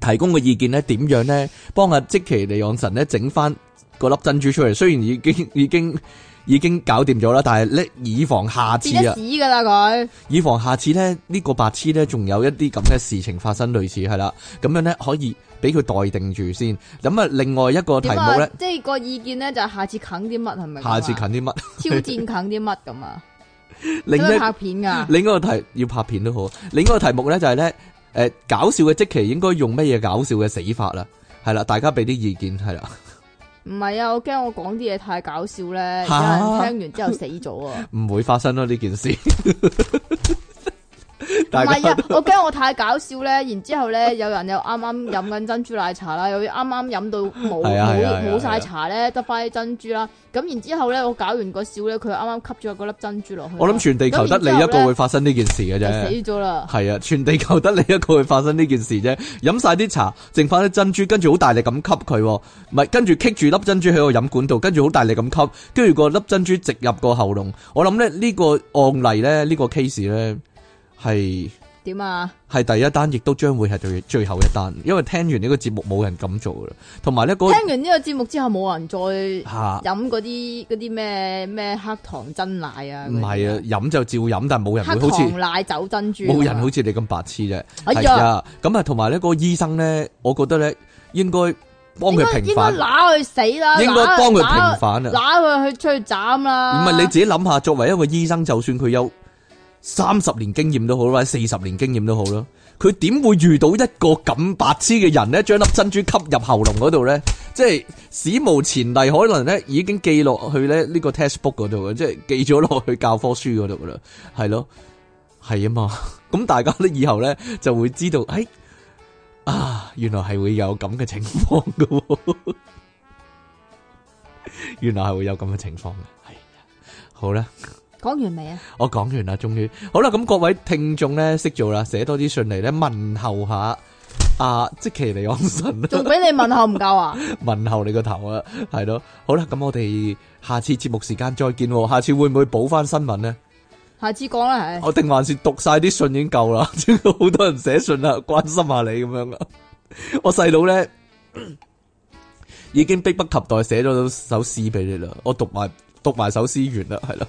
[SPEAKER 1] 提供嘅意見咧，點樣咧幫阿即其尼昂神咧整翻個粒珍珠出嚟？雖然已經 <laughs> 已經已經搞掂咗啦，但係咧以防下次
[SPEAKER 2] 變
[SPEAKER 1] 啊
[SPEAKER 2] 咗。屎噶啦佢，
[SPEAKER 1] 以防下次咧呢、個白痴咧仲有一啲咁嘅事情發生，類似係啦，咁樣咧可以俾佢待定住先。咁啊，另外一個題
[SPEAKER 2] 點
[SPEAKER 1] 目
[SPEAKER 2] 啊
[SPEAKER 1] 咧，？
[SPEAKER 2] 即係個意見咧，就係下次啃啲乜係咪咁
[SPEAKER 1] 下
[SPEAKER 2] 啊？
[SPEAKER 1] 次近啲乜？
[SPEAKER 2] 挑戰啃啲乜咁啊？
[SPEAKER 1] <laughs> 另
[SPEAKER 2] 使唔使
[SPEAKER 1] 一嗯
[SPEAKER 2] 拍片噶？
[SPEAKER 1] 另一個題要拍片都好，另一個題目咧就係咧，诶、搞笑嘅即期應該用乜嘢搞笑嘅死法啦？係啦，大家俾啲意見係啦， <laughs>
[SPEAKER 2] 唔係啊，我驚我講啲嘢太搞笑咧，有
[SPEAKER 1] 嚇
[SPEAKER 2] 人聽完之後死咗啊！
[SPEAKER 1] 唔會發生咯呢件事。
[SPEAKER 2] 唔
[SPEAKER 1] <laughs> <laughs> 大
[SPEAKER 2] 係
[SPEAKER 1] 家
[SPEAKER 2] 啊，我驚我太搞笑咧，然之後咧有人又啱啱飲緊珍珠奶茶啦，又啱啱飲到冇
[SPEAKER 1] 係啊係啊係啊
[SPEAKER 2] 冇冇
[SPEAKER 1] 係啊
[SPEAKER 2] 晒茶咧，得翻啲珍珠啦。咁然之後咧，我搞完個笑咧，佢啱啱吸咗嗰粒珍珠落去啦。
[SPEAKER 1] 我諗全地球得你一個會發生呢件事嘅
[SPEAKER 2] 就
[SPEAKER 1] 啫。
[SPEAKER 2] 死咗啦。
[SPEAKER 1] 系啊，全地球得你一個會發生呢件事啫。飲晒啲茶，剩翻啲珍珠，跟住好大力咁吸佢喎，唔係跟住棘住粒珍珠喺個飲管度，跟住好大力咁吸，跟住個粒珍珠直入個喉嚨。我諗咧呢個案例咧，呢、個 case 咧係
[SPEAKER 2] 點啊？
[SPEAKER 1] 係第一單，亦都將會係最最後一單，因為聽完呢個節目冇人咁做噶啦。同埋咧嗰
[SPEAKER 2] 聽完呢個節目之後，冇人再
[SPEAKER 1] 嚇
[SPEAKER 2] 飲嗰啲嗰啲咩咩黑糖真奶啊？
[SPEAKER 1] 唔係啊，，飲就照飲，但冇人會
[SPEAKER 2] 黑
[SPEAKER 1] 好似
[SPEAKER 2] 糖奶酒珍珠啊
[SPEAKER 1] 冇人好似你咁白痴啫。
[SPEAKER 2] 哎
[SPEAKER 1] 係
[SPEAKER 2] 呀！
[SPEAKER 1] 啊，咁啊，同埋呢嗰個醫生咧，我覺得咧應該幫
[SPEAKER 2] 應該
[SPEAKER 1] 佢
[SPEAKER 2] 應
[SPEAKER 1] 平
[SPEAKER 2] 該
[SPEAKER 1] 反，
[SPEAKER 2] 揦佢死啦，
[SPEAKER 1] 應該幫佢平
[SPEAKER 2] 揦
[SPEAKER 1] 反啊！
[SPEAKER 2] 揦佢去出去斬
[SPEAKER 1] 唔
[SPEAKER 2] 啦。
[SPEAKER 1] 係你自己諗下，作為一個醫生，就算佢有三十年經驗都好啦，或者四十年經驗都好啦，佢點會遇到一個咁白痴嘅人咧，將粒珍珠吸入喉嚨嗰度咧？即係史無前例，可能咧已經記落去咧呢個 textbook 嗰度嘅，啊即係記咗落去教科書嗰度噶啦，係咯，係啊嘛。咁大家咧以後咧就會知道，哎啊，原來係會有咁嘅情況噶喎，原來係會有咁嘅情況嘅，係好啦。
[SPEAKER 2] 講完未啊？
[SPEAKER 1] 我講完啦，終於好啦，咁各位聽眾咧識做啦，寫多啲信嚟咧問候下啊，即其尼昂神
[SPEAKER 2] <laughs>
[SPEAKER 1] 啦，
[SPEAKER 2] 仲俾你問候唔
[SPEAKER 1] <laughs>
[SPEAKER 2] 夠啊？
[SPEAKER 1] 問候你個頭啊，係咯，好啦，咁我哋下次節目時間再見喎，下次會唔會補翻新聞呢？
[SPEAKER 2] 下次講啦，唉，
[SPEAKER 1] 我定還是讀晒啲信已經夠啦， <laughs> 好多人寫信啦，關心下你咁樣啦。我細佬咧已經迫不及待寫咗首詩俾你啦，我讀埋讀埋首詩完啦，係啦，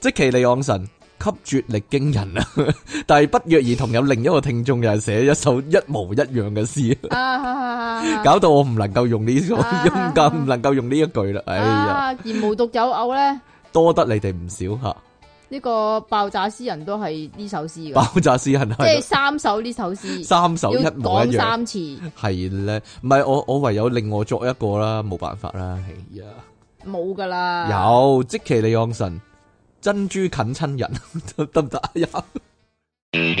[SPEAKER 1] 即其利昂神。吸絕力驚人啊！ <laughs> 但係不約而同有另一個聽眾又係寫一首一模一樣嘅詩，
[SPEAKER 2] 啊哈哈哈哈
[SPEAKER 1] 搞到我唔能夠用呢、個，
[SPEAKER 2] 啊
[SPEAKER 1] 唔夠唔能夠用呢一句啦。哎呀，
[SPEAKER 2] 啊！而無獨有偶咧，
[SPEAKER 1] 多得你哋唔少吓，
[SPEAKER 2] 呢個爆炸詩人都係呢首詩嘅，
[SPEAKER 1] 爆炸詩人
[SPEAKER 2] 即係
[SPEAKER 1] 係
[SPEAKER 2] 三首呢首詩，
[SPEAKER 1] 三首一
[SPEAKER 2] 要
[SPEAKER 1] 模一
[SPEAKER 2] 講
[SPEAKER 1] 樣。
[SPEAKER 2] 三次，
[SPEAKER 1] 系咧，唔系我我唯有另外作一個啦，冇辦法啦，系啊，
[SPEAKER 2] 冇噶啦。
[SPEAKER 1] 有即其利昂神珍珠近親人 <laughs> 得得唔得？有，繼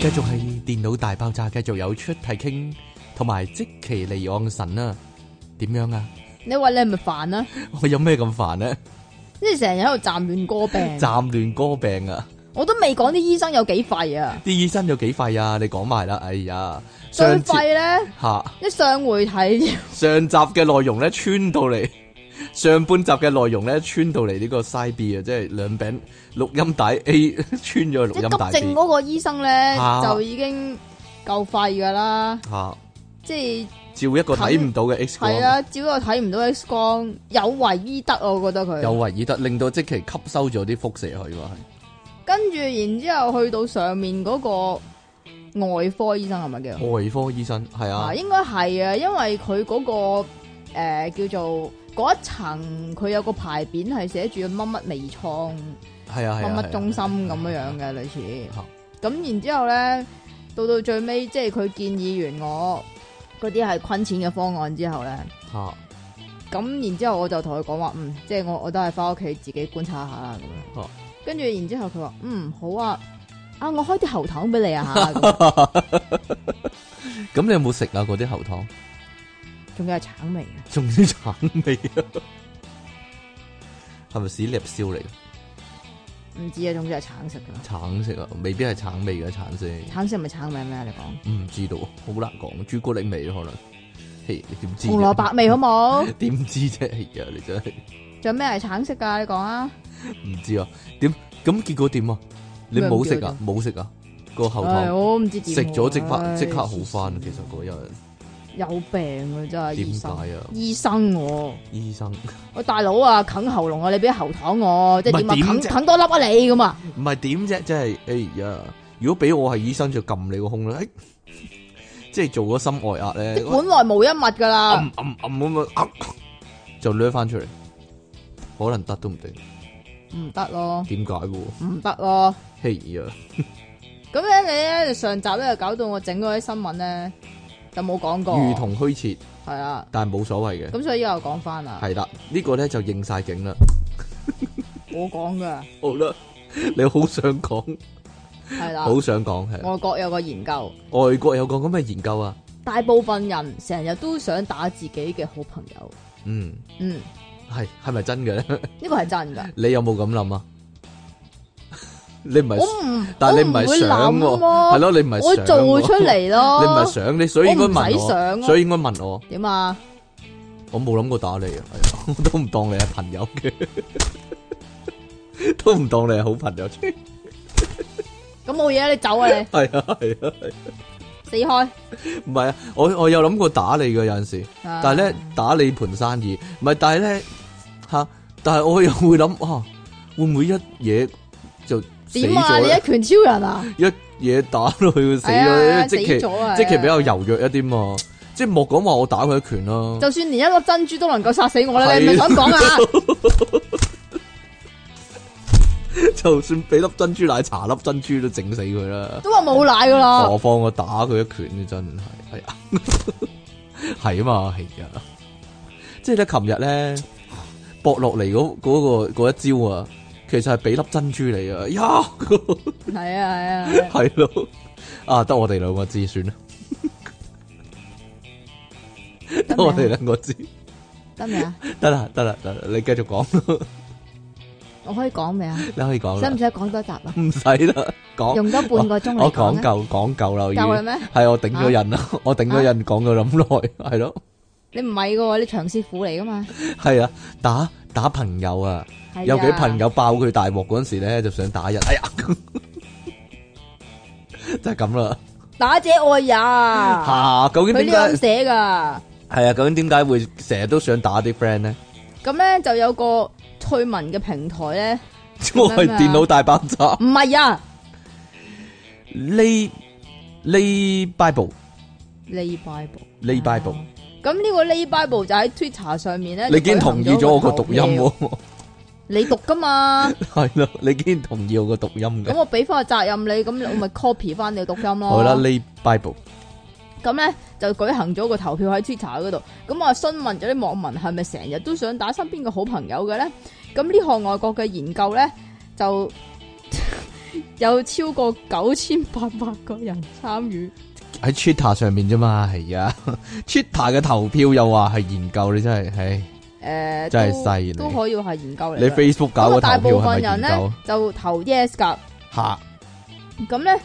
[SPEAKER 1] 續係電腦大爆炸，繼續有出題傾，同埋即其利昂神啊，點樣啊？ <laughs>
[SPEAKER 2] 你話你係咪煩啊？
[SPEAKER 1] 我有咩咁煩呢？
[SPEAKER 2] 即係成日喺度站亂歌病，
[SPEAKER 1] 暫亂歌病啊！
[SPEAKER 2] 我都未講啲醫生有幾廢啊！
[SPEAKER 1] 啲醫生有幾快啊？你講埋啦，哎呀，
[SPEAKER 2] 最
[SPEAKER 1] 上次
[SPEAKER 2] 廢啊咧，
[SPEAKER 1] 吓。
[SPEAKER 2] 啲上回睇。
[SPEAKER 1] 上集嘅內容咧穿到嚟， <laughs> 上半集嘅內容咧穿到嚟呢個 side B 啊，即係兩餅錄音帶 A <laughs> 穿咗去 <laughs> 錄
[SPEAKER 2] 即係
[SPEAKER 1] 音帶
[SPEAKER 2] 急症
[SPEAKER 1] B
[SPEAKER 2] 嗰個醫生咧，
[SPEAKER 1] 啊
[SPEAKER 2] 就已經夠廢噶啦，
[SPEAKER 1] 吓、啊
[SPEAKER 2] 即
[SPEAKER 1] 照一個睇唔到嘅 X
[SPEAKER 2] 係係啊
[SPEAKER 1] 光，
[SPEAKER 2] 啦，只不過睇唔到 X 光，有違醫德啊我覺得
[SPEAKER 1] 有
[SPEAKER 2] 佢。
[SPEAKER 1] 維爾德令到即期吸收咗啲輻射去喎，啊
[SPEAKER 2] 跟住然之後去到上面嗰個外科醫生係咪叫？
[SPEAKER 1] 係外科醫生係啊
[SPEAKER 2] 啊，，應該係啊，因為佢嗰、個呃叫做嗰一層，佢有個牌匾係寫住乜乜微創、
[SPEAKER 1] 係啊，係
[SPEAKER 2] 乜
[SPEAKER 1] 啊，
[SPEAKER 2] 乜中心咁樣
[SPEAKER 1] 樣。
[SPEAKER 2] 樣嘅類似。
[SPEAKER 1] 啊嚇
[SPEAKER 2] 咁然之後咧，到到最尾，即係佢建議完我嗰啲係坤錢嘅方案之後咧，
[SPEAKER 1] 嚇
[SPEAKER 2] 咁然之後我就同佢講話，嗯，即係我我都係翻屋企自己觀察下啦咁樣
[SPEAKER 1] 哦。
[SPEAKER 2] 跟住然之後佢話，嗯，好啊，啊，我開啲喉糖俾你啊
[SPEAKER 1] <laughs>
[SPEAKER 2] 嚇，咁
[SPEAKER 1] 咁你有冇食啊嗰啲喉糖？ <laughs>
[SPEAKER 2] 仲要係橙味嘅，
[SPEAKER 1] 仲要橙味啊！ <laughs> 係咪屎粒燒嚟？
[SPEAKER 2] 唔知啊，總之係橙色噶啦。
[SPEAKER 1] 橙色啊，未必係橙味嘅橙色，
[SPEAKER 2] 橙色咪橙味咩啊？你講
[SPEAKER 1] 唔知道，好難講。朱古力味咯，可能。嘿，你點知啫？
[SPEAKER 2] 紅蘿蔔味好冇？
[SPEAKER 1] <laughs> 點知啫？哎呀，你真係
[SPEAKER 2] 仲有咩係橙色㗎？你講啊！
[SPEAKER 1] 唔知啊？點咁結果點啊？你冇食啊？
[SPEAKER 2] 咩
[SPEAKER 1] 冇食啊？個後
[SPEAKER 2] 唉，
[SPEAKER 1] 頭
[SPEAKER 2] 我唔知點
[SPEAKER 1] 食咗即
[SPEAKER 2] 唉
[SPEAKER 1] 刻即刻好翻。其實嗰日
[SPEAKER 2] 有病啊！真係醫
[SPEAKER 1] 點
[SPEAKER 2] 生，
[SPEAKER 1] 解啊？
[SPEAKER 2] 醫生我
[SPEAKER 1] 醫生
[SPEAKER 2] 我大佬啊，啃喉嚨啊，你俾喉糖我，即係點
[SPEAKER 1] 唔係
[SPEAKER 2] 啊？
[SPEAKER 1] 點
[SPEAKER 2] 啃
[SPEAKER 1] 啫
[SPEAKER 2] 啃多粒啊你咁啊！
[SPEAKER 1] 唔係點啫？即係哎呀！如果俾我係醫生就撳你個胸啦，哎 <laughs> 即係做咗心外壓咧
[SPEAKER 2] 即。係本啊來冇一物㗎啦。
[SPEAKER 1] 暗暗暗咁樣，暗就掠翻出嚟，可能得都唔定，
[SPEAKER 2] 唔得咯，
[SPEAKER 1] 點解喎？
[SPEAKER 2] 唔得咯。
[SPEAKER 1] 嘿哎呀，
[SPEAKER 2] 咁咧，你咧上集咧就搞到我整嗰啲新聞咧就冇講過，
[SPEAKER 1] 如同虛設，
[SPEAKER 2] 係啦。
[SPEAKER 1] 但係冇所謂嘅，
[SPEAKER 2] 咁所以又講翻啦，
[SPEAKER 1] 係啦，呢個咧就應晒景啦。
[SPEAKER 2] 我講噶，
[SPEAKER 1] 好啦， <laughs> 你好想講，
[SPEAKER 2] 係啦。
[SPEAKER 1] 好想講係
[SPEAKER 2] 外國有個研究，
[SPEAKER 1] 外國有個咁嘅研究啊，
[SPEAKER 2] 大部分人成日都想打自己嘅好朋友。
[SPEAKER 1] 嗯，
[SPEAKER 2] 嗯，
[SPEAKER 1] 係係咪真嘅咧？
[SPEAKER 2] 呢個係真㗎。
[SPEAKER 1] <laughs> 你有冇咁諗啊？ <laughs> 你唔
[SPEAKER 2] 我
[SPEAKER 1] 係，
[SPEAKER 2] 唔，
[SPEAKER 1] 但係你唔
[SPEAKER 2] 我唔會
[SPEAKER 1] 係想
[SPEAKER 2] 諗
[SPEAKER 1] 喎，
[SPEAKER 2] 咯
[SPEAKER 1] 係咯，你唔係
[SPEAKER 2] 我
[SPEAKER 1] 想
[SPEAKER 2] 做
[SPEAKER 1] 喎
[SPEAKER 2] 出，
[SPEAKER 1] <laughs>
[SPEAKER 2] 嚟
[SPEAKER 1] 你唔係
[SPEAKER 2] 咯。
[SPEAKER 1] 想，你所以應該
[SPEAKER 2] 我唔使
[SPEAKER 1] 問
[SPEAKER 2] 想
[SPEAKER 1] 我，
[SPEAKER 2] 啊
[SPEAKER 1] 所以應該問我。
[SPEAKER 2] 點啊？
[SPEAKER 1] 我冇諗過打你啊， <laughs> 係啊，我都唔當你係朋友嘅， <laughs> 都唔當你係好朋友，係
[SPEAKER 2] 咁冇嘢，你走啊你，
[SPEAKER 1] 啊係啊，係啊
[SPEAKER 2] 死開。
[SPEAKER 1] 唔係啊，我我有諗過打你嘅有陣時，
[SPEAKER 2] 但
[SPEAKER 1] 但係咧打你盤生意，唔係，但係咧吓，但係我又會諗啊，會唔會一嘢就死
[SPEAKER 2] 點啊？
[SPEAKER 1] 咗
[SPEAKER 2] 你
[SPEAKER 1] 咧
[SPEAKER 2] 一拳超人啊？
[SPEAKER 1] 一嘢打到佢會死咗
[SPEAKER 2] 係
[SPEAKER 1] 咧，
[SPEAKER 2] 啊
[SPEAKER 1] 即
[SPEAKER 2] 死
[SPEAKER 1] 其
[SPEAKER 2] 咗啊！
[SPEAKER 1] 即其
[SPEAKER 2] 係啊
[SPEAKER 1] 比較柔弱一啲嘛，即係莫講話我打佢一拳啦，
[SPEAKER 2] 就算連一粒珍珠都能夠殺死我咧，你
[SPEAKER 1] 係
[SPEAKER 2] 咪想講
[SPEAKER 1] <laughs>
[SPEAKER 2] 啊？
[SPEAKER 1] <laughs> 就算俾粒珍珠奶茶粒珍珠都整死佢啦。
[SPEAKER 2] 都話冇奶噶啦，
[SPEAKER 1] 何況我打佢一拳真係，係啊， <laughs> 係啊嘛，係啊，即係咧，琴日咧搏落嚟嗰嗰個嗰一招啊，其實係俾粒珍珠嚟啊，呀， <laughs>
[SPEAKER 2] 係啊係啊係啊，
[SPEAKER 1] 係咯，啊，得我哋兩個知算啦，
[SPEAKER 2] 啊
[SPEAKER 1] 得我哋兩個知，
[SPEAKER 2] 得未啊？
[SPEAKER 1] 得啦得啦得啦，你繼續講 <laughs> 咯，
[SPEAKER 2] 我可以講未啊？
[SPEAKER 1] 你可以講
[SPEAKER 2] 使唔
[SPEAKER 1] 啦，
[SPEAKER 2] 使講多集啊？
[SPEAKER 1] 唔使啦，講
[SPEAKER 2] 用咗半個鐘
[SPEAKER 1] 我
[SPEAKER 2] 嚟
[SPEAKER 1] 講
[SPEAKER 2] 講啊？
[SPEAKER 1] 夠哦講夠啦，我已
[SPEAKER 2] 夠啦
[SPEAKER 1] 經
[SPEAKER 2] 咩？啊
[SPEAKER 1] 係我頂咗人啦，我頂咗人講咗咁耐，係咯。
[SPEAKER 2] 你唔係噶，你長師傅嚟噶嘛？
[SPEAKER 1] 系啊，打打朋友啊，
[SPEAKER 2] 係啊
[SPEAKER 1] 有幾朋友爆佢大鑊嗰阵时咧，就想打人，哎呀， <laughs> 就係咁啦。
[SPEAKER 2] 打者愛也，
[SPEAKER 1] 吓、究竟
[SPEAKER 2] 啊佢
[SPEAKER 1] 點
[SPEAKER 2] 呢個咁
[SPEAKER 1] 解
[SPEAKER 2] 寫噶。
[SPEAKER 1] 係啊？究竟點解會成日都想打啲 friend 咧？
[SPEAKER 2] 咁咧就有個趣聞嘅平台咧，
[SPEAKER 1] 我係
[SPEAKER 2] <laughs> 咁樣啊
[SPEAKER 1] 電腦大爆炸
[SPEAKER 2] 唔係啊，
[SPEAKER 1] 呢呢 Bible
[SPEAKER 2] 呢 Bible。啊
[SPEAKER 1] 呢 Bible，、
[SPEAKER 2] 咁呢個呢 Bible 就喺 Twitter 上面咧，
[SPEAKER 1] 你竟然同意咗我個讀音
[SPEAKER 2] 喎？
[SPEAKER 1] 喎、
[SPEAKER 2] 啊你讀噶嘛？
[SPEAKER 1] <laughs> 係咯、你竟然同意我個讀音
[SPEAKER 2] 咁
[SPEAKER 1] 嘅，
[SPEAKER 2] 我俾翻個責任你，咁我咪 copy 翻你讀音咯。
[SPEAKER 1] 好啦，呢 Bible
[SPEAKER 2] 咁咧就舉行咗個投票喺 Twitter 嗰度，咁啊詢問咗啲網民係咪成日都想打身邊嘅好朋友嘅咧？咁呢項外國嘅研究咧就 <laughs> 有超過九千八百個人參與，
[SPEAKER 1] 喺 Twitter 上面啫嘛，係啊 <laughs> ，Twitter 嘅投票又話係研究，你真係，唉。
[SPEAKER 2] 誒、
[SPEAKER 1] 真係犀利
[SPEAKER 2] 都都可以話係研究嚟
[SPEAKER 1] 你
[SPEAKER 2] 㗎。
[SPEAKER 1] Facebook 搞
[SPEAKER 2] 咁
[SPEAKER 1] 個
[SPEAKER 2] 啊，
[SPEAKER 1] 投
[SPEAKER 2] 大
[SPEAKER 1] 票
[SPEAKER 2] 部
[SPEAKER 1] 係
[SPEAKER 2] 分
[SPEAKER 1] 咪
[SPEAKER 2] 人
[SPEAKER 1] 研
[SPEAKER 2] 咧
[SPEAKER 1] 究？啊
[SPEAKER 2] 就投 yes 㗎，
[SPEAKER 1] 吓
[SPEAKER 2] 咁咧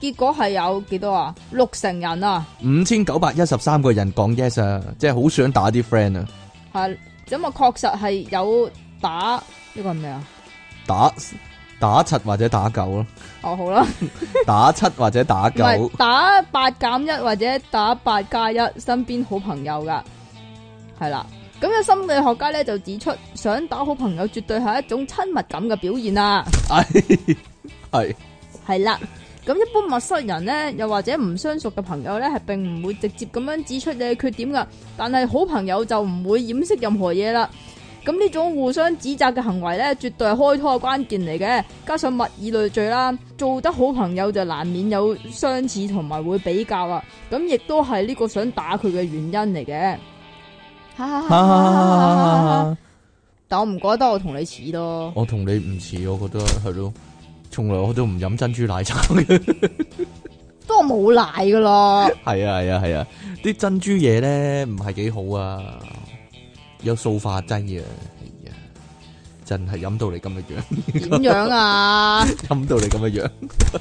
[SPEAKER 2] 結果係有幾多啊？六成人啊！
[SPEAKER 1] 五千九百一十三個人講 yes 啊，即係好想打啲 friend 啊，
[SPEAKER 2] 系咁啊，確實係有打呢個係咩啊？
[SPEAKER 1] 打打七或者打九
[SPEAKER 2] <laughs>
[SPEAKER 1] 咯，
[SPEAKER 2] 哦，好啦，
[SPEAKER 1] 打七或者打
[SPEAKER 2] 唔係
[SPEAKER 1] 九，
[SPEAKER 2] 打八減一或者打八加一，身邊好朋友噶，係啦。咁有心理學家咧就指出，想打好朋友絕對係一種親密感嘅表現啊啦，
[SPEAKER 1] 係
[SPEAKER 2] 係啦。咁一般陌生人呢，又或者唔相熟嘅朋友呢，係並唔會直接咁樣指出你嘅缺點噶，但係好朋友就唔會掩飾任何嘢啦。咁呢種互相指責嘅行為呢，絕對係開拖嘅關鍵嚟嘅。加上物以類聚啦，做得好朋友就難免有相似同埋會比較啊。咁亦都係呢個想打佢嘅原因嚟嘅。哈哈哈哈哈哈哈哈哈哈但我唔覺得我同你似咯，
[SPEAKER 1] <laughs> 我同你唔似，我覺得係咯，從來我都唔飲珍珠奶茶嘅， <laughs>
[SPEAKER 2] 都我冇賴噶 <laughs> 咯。
[SPEAKER 1] 係啊係啊係啊，啲珍珠嘢咧唔係幾好啊，有塑化劑啊，係啊，真係飲到你咁嘅樣。
[SPEAKER 2] 点样啊？
[SPEAKER 1] 冧到你咁嘅樣。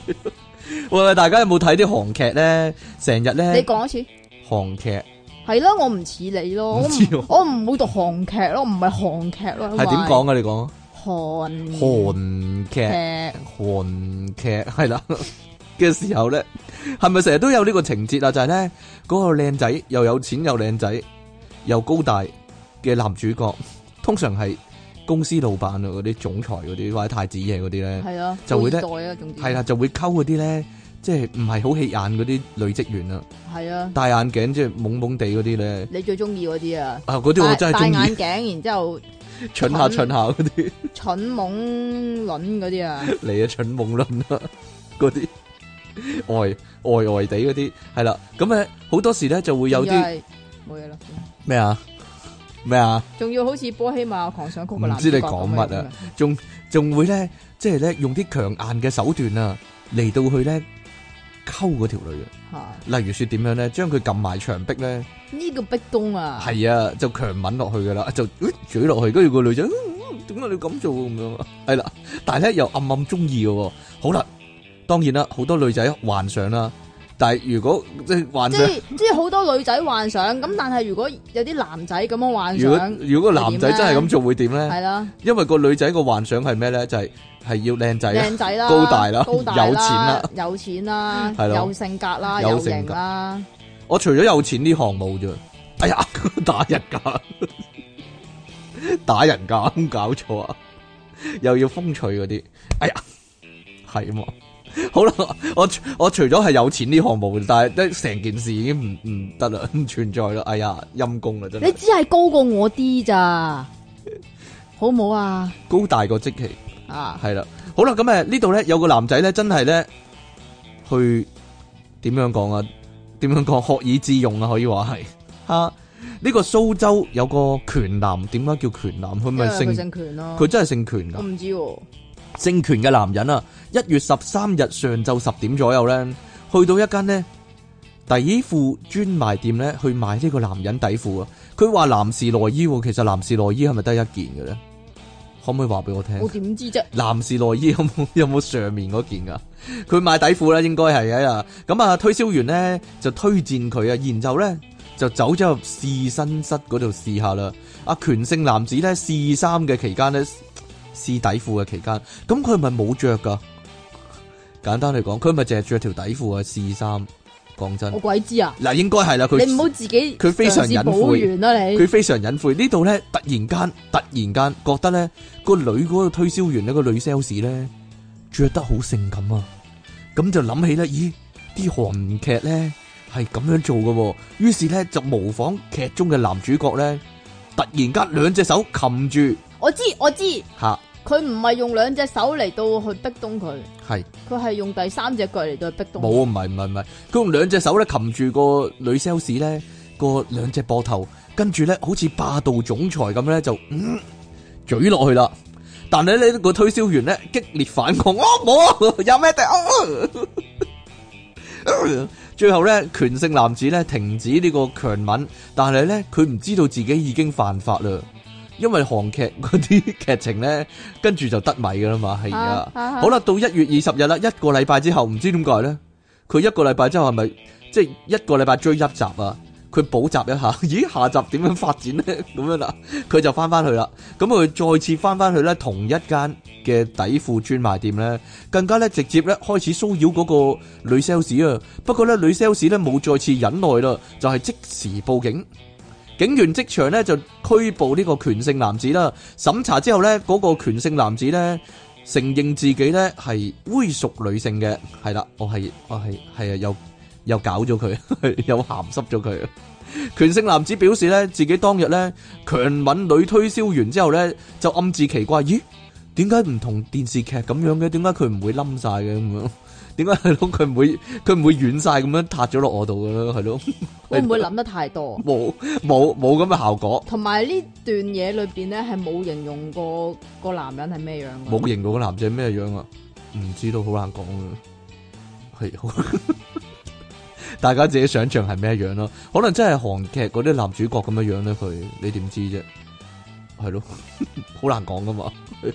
[SPEAKER 1] <laughs> 喂喂，大家有冇睇啲韓劇咧？成日
[SPEAKER 2] 你
[SPEAKER 1] 咧
[SPEAKER 2] 讲一次，
[SPEAKER 1] 韓劇
[SPEAKER 2] 系咯，我唔似你咯，我
[SPEAKER 1] 唔似
[SPEAKER 2] 唔我唔会读韩剧咯，唔系韩剧咯，
[SPEAKER 1] 係點講啊？你講
[SPEAKER 2] 因為？
[SPEAKER 1] 韓嗯劇，
[SPEAKER 2] 韩剧
[SPEAKER 1] 韓劇係啦 <laughs> 嘅時候咧，係咪成日都有呢個情節啊？就係咧嗰個靚仔又有錢又靚仔又高大嘅男主角，通常係公司老闆啊嗰啲總裁嗰啲或者太子爺嗰啲咧。
[SPEAKER 2] 系啊，
[SPEAKER 1] 就會
[SPEAKER 2] 会
[SPEAKER 1] 咧
[SPEAKER 2] 代啊，仲
[SPEAKER 1] 係啦，就會溝嗰啲咧，即係唔係好起眼嗰啲女職員啊，
[SPEAKER 2] 系啊，
[SPEAKER 1] 戴眼鏡即係懵懵地嗰啲咧。
[SPEAKER 2] 你最中意嗰啲啊，
[SPEAKER 1] 啊！嗰啲我真係中
[SPEAKER 2] 戴
[SPEAKER 1] 意，
[SPEAKER 2] 眼镜，然之后
[SPEAKER 1] <laughs> 蠢下
[SPEAKER 2] 蠢
[SPEAKER 1] 蠢下嗰啲，
[SPEAKER 2] 蠢懵卵嗰啲啊，
[SPEAKER 1] 嚟啊 <laughs> 蠢懵論啦，嗰啲呆呆呆地嗰啲，係啦，咁咧好多時咧就 <laughs> 會有
[SPEAKER 2] 仲要
[SPEAKER 1] 啲
[SPEAKER 2] 係冇嘢啦，
[SPEAKER 1] 咩啊咩啊，
[SPEAKER 2] 仲要好似波希馬狂想曲嘅
[SPEAKER 1] 唔知你講乜啊？仲仲會咧，即係咧用啲強硬嘅手段啊，嚟到去咧溝嗰條女啊，
[SPEAKER 2] 吓，
[SPEAKER 1] 例如说點樣咧，將佢撳埋牆壁咧，
[SPEAKER 2] 呢個壁咚啊，
[SPEAKER 1] 係啊，就強吻落去噶啦，就呃嘴落去，跟住個女仔嗯嗯點解你要咁做咁樣啊？係啦，但係咧又暗暗中意嘅喎。好啦，當然啦，好多女仔幻想啦，但係如果即係幻
[SPEAKER 2] 即
[SPEAKER 1] 想，
[SPEAKER 2] 係即係好多女仔幻想，咁但係如果有啲男仔咁樣幻
[SPEAKER 1] 如果
[SPEAKER 2] 想，
[SPEAKER 1] 如果個男仔真
[SPEAKER 2] 會點咧
[SPEAKER 1] 係咁做會點咧？
[SPEAKER 2] 係啦，
[SPEAKER 1] 因為個女仔個幻想係咩咧？就係係要靚仔啦，
[SPEAKER 2] 靚仔啦，
[SPEAKER 1] 高大啦
[SPEAKER 2] 高大啦
[SPEAKER 1] 有錢啦，
[SPEAKER 2] 有錢啦，
[SPEAKER 1] 係咯
[SPEAKER 2] 有性格啦，
[SPEAKER 1] 有
[SPEAKER 2] 有
[SPEAKER 1] 性
[SPEAKER 2] 型
[SPEAKER 1] 格
[SPEAKER 2] 啦，
[SPEAKER 1] 我除咗有錢呢行冇啫。哎呀， <laughs> 打人噶， <laughs> 打人噶，搞錯啊！又要風趣嗰啲，哎呀，係嘛？好啦，我我除咗係有錢呢項目，但係咧成件事已經唔唔得啦，唔存在啦。哎呀，陰公啦，真
[SPEAKER 2] 你
[SPEAKER 1] 係
[SPEAKER 2] 只係高過我啲咋，好唔好啊？
[SPEAKER 1] 高大過即期，
[SPEAKER 2] 啊，
[SPEAKER 1] 係啦。好啦，咁誒呢度咧有個男仔咧，真係咧去點樣講啊？點樣講？學以致用啊，可以話係 <laughs> 嚇。呢個蘇州有個拳男，點解叫拳男？佢
[SPEAKER 2] 因
[SPEAKER 1] 咪
[SPEAKER 2] 為
[SPEAKER 1] 姓
[SPEAKER 2] 佢姓嗯權咯，
[SPEAKER 1] 佢真係姓權
[SPEAKER 2] 我
[SPEAKER 1] 噶，
[SPEAKER 2] 唔知喎，
[SPEAKER 1] 姓權嘅男人啊，一月十三日上晝十點左右咧，去到一間呢底褲專賣店咧去買呢個男人底褲啊。佢話男士內衣喎，其實男士內衣係咪得一件嘅咧？可唔可以話俾我聽
[SPEAKER 2] 我？點知啫？
[SPEAKER 1] 男士內衣有冇 <laughs> 有冇上面嗰件噶？佢買底褲啦，應該係嘅啊。咁啊，推銷員呢就推薦佢啊，然後呢就走咗入試身室嗰度試下啦。阿權姓男子呢試衫嘅期間呢，試底褲嘅期間，咁佢咪冇着噶？簡單嚟講，佢咪淨係着條底褲啊試衫。講真
[SPEAKER 2] 我，鬼知啊！
[SPEAKER 1] 嗱應該係啦，
[SPEAKER 2] 你唔
[SPEAKER 1] 佢
[SPEAKER 2] 好自己
[SPEAKER 1] 佢非常隱
[SPEAKER 2] 保
[SPEAKER 1] 晦
[SPEAKER 2] 完啦，你
[SPEAKER 1] 佢非常隱晦。呢度呢，突然間突然間覺得呢個女嗰個推銷員呢個女 sales 呢，着得好性感啊！咁就諗起咧，咦，啲韓劇咧係咁樣做嘅喎，於是咧就模仿劇中嘅男主角咧，突然間兩隻手擒住
[SPEAKER 2] 我知我知，
[SPEAKER 1] 嚇，
[SPEAKER 2] 佢唔係用兩隻手嚟到去逼咚佢，
[SPEAKER 1] 係
[SPEAKER 2] 佢係用第三隻腳嚟到去逼咚。
[SPEAKER 1] 冇，啊，唔係唔係唔係，佢用兩隻手咧擒住個女 sales 咧個兩隻膊頭，跟住咧好似霸道總裁咁咧就嗯嘴落去啦。但係咧個推銷員咧激烈反抗，我冇啊，有咩敵？哦 <laughs> 呃最後咧，權姓男子咧停止呢個強吻，但係咧佢唔知道自己已經犯法啦，因為韓劇嗰啲劇情咧，跟住就得米噶啦嘛，係啊
[SPEAKER 2] 啊。啊啊
[SPEAKER 1] 好啦，到一月二十日啦，一個禮拜之後，唔知點解咧，佢一個禮拜之後係咪即係一個禮拜追一集啊？佢補習一下， <laughs> 咦下集點樣發展咧？ <laughs> 咁樣啦，佢就翻翻去啦。咁佢再次翻翻去咧同一間嘅底褲專賣店咧，更加咧直接咧開始騷擾嗰個女 sales 啊。不過咧女 sales 咧冇再次忍耐啦，就係、即時報警。警員即場咧就拘捕呢個權姓男子啦。審查之後咧，嗰、個權姓男子咧承認自己咧係猥屬女性嘅，係啦，我係我係係啊，又又搞咗佢， <laughs> 又鹹濕咗佢。權姓男子表示咧，自己當日咧強吻女推銷完之後咧，就暗自奇怪，咦？點解唔同電視劇咁樣嘅？點解佢唔會冧晒嘅咁樣？點解係咯？佢唔會佢唔會軟晒咁樣塌咗落我度嘅咧？係咯？
[SPEAKER 2] 會唔會諗得太多？
[SPEAKER 1] 冇冇冇咁嘅效果，
[SPEAKER 2] 同埋呢段嘢裏边咧係冇形容過個男人係咩樣㗎
[SPEAKER 1] 冇形容個男仔咩樣啊？唔知道，好難講啊。係好， <laughs> 大家自己想象係咩樣咯？可能真係韓劇嗰啲男主角咁嘅樣咧，佢你點知啫？系咯， <laughs> 好难讲噶嘛。 <laughs>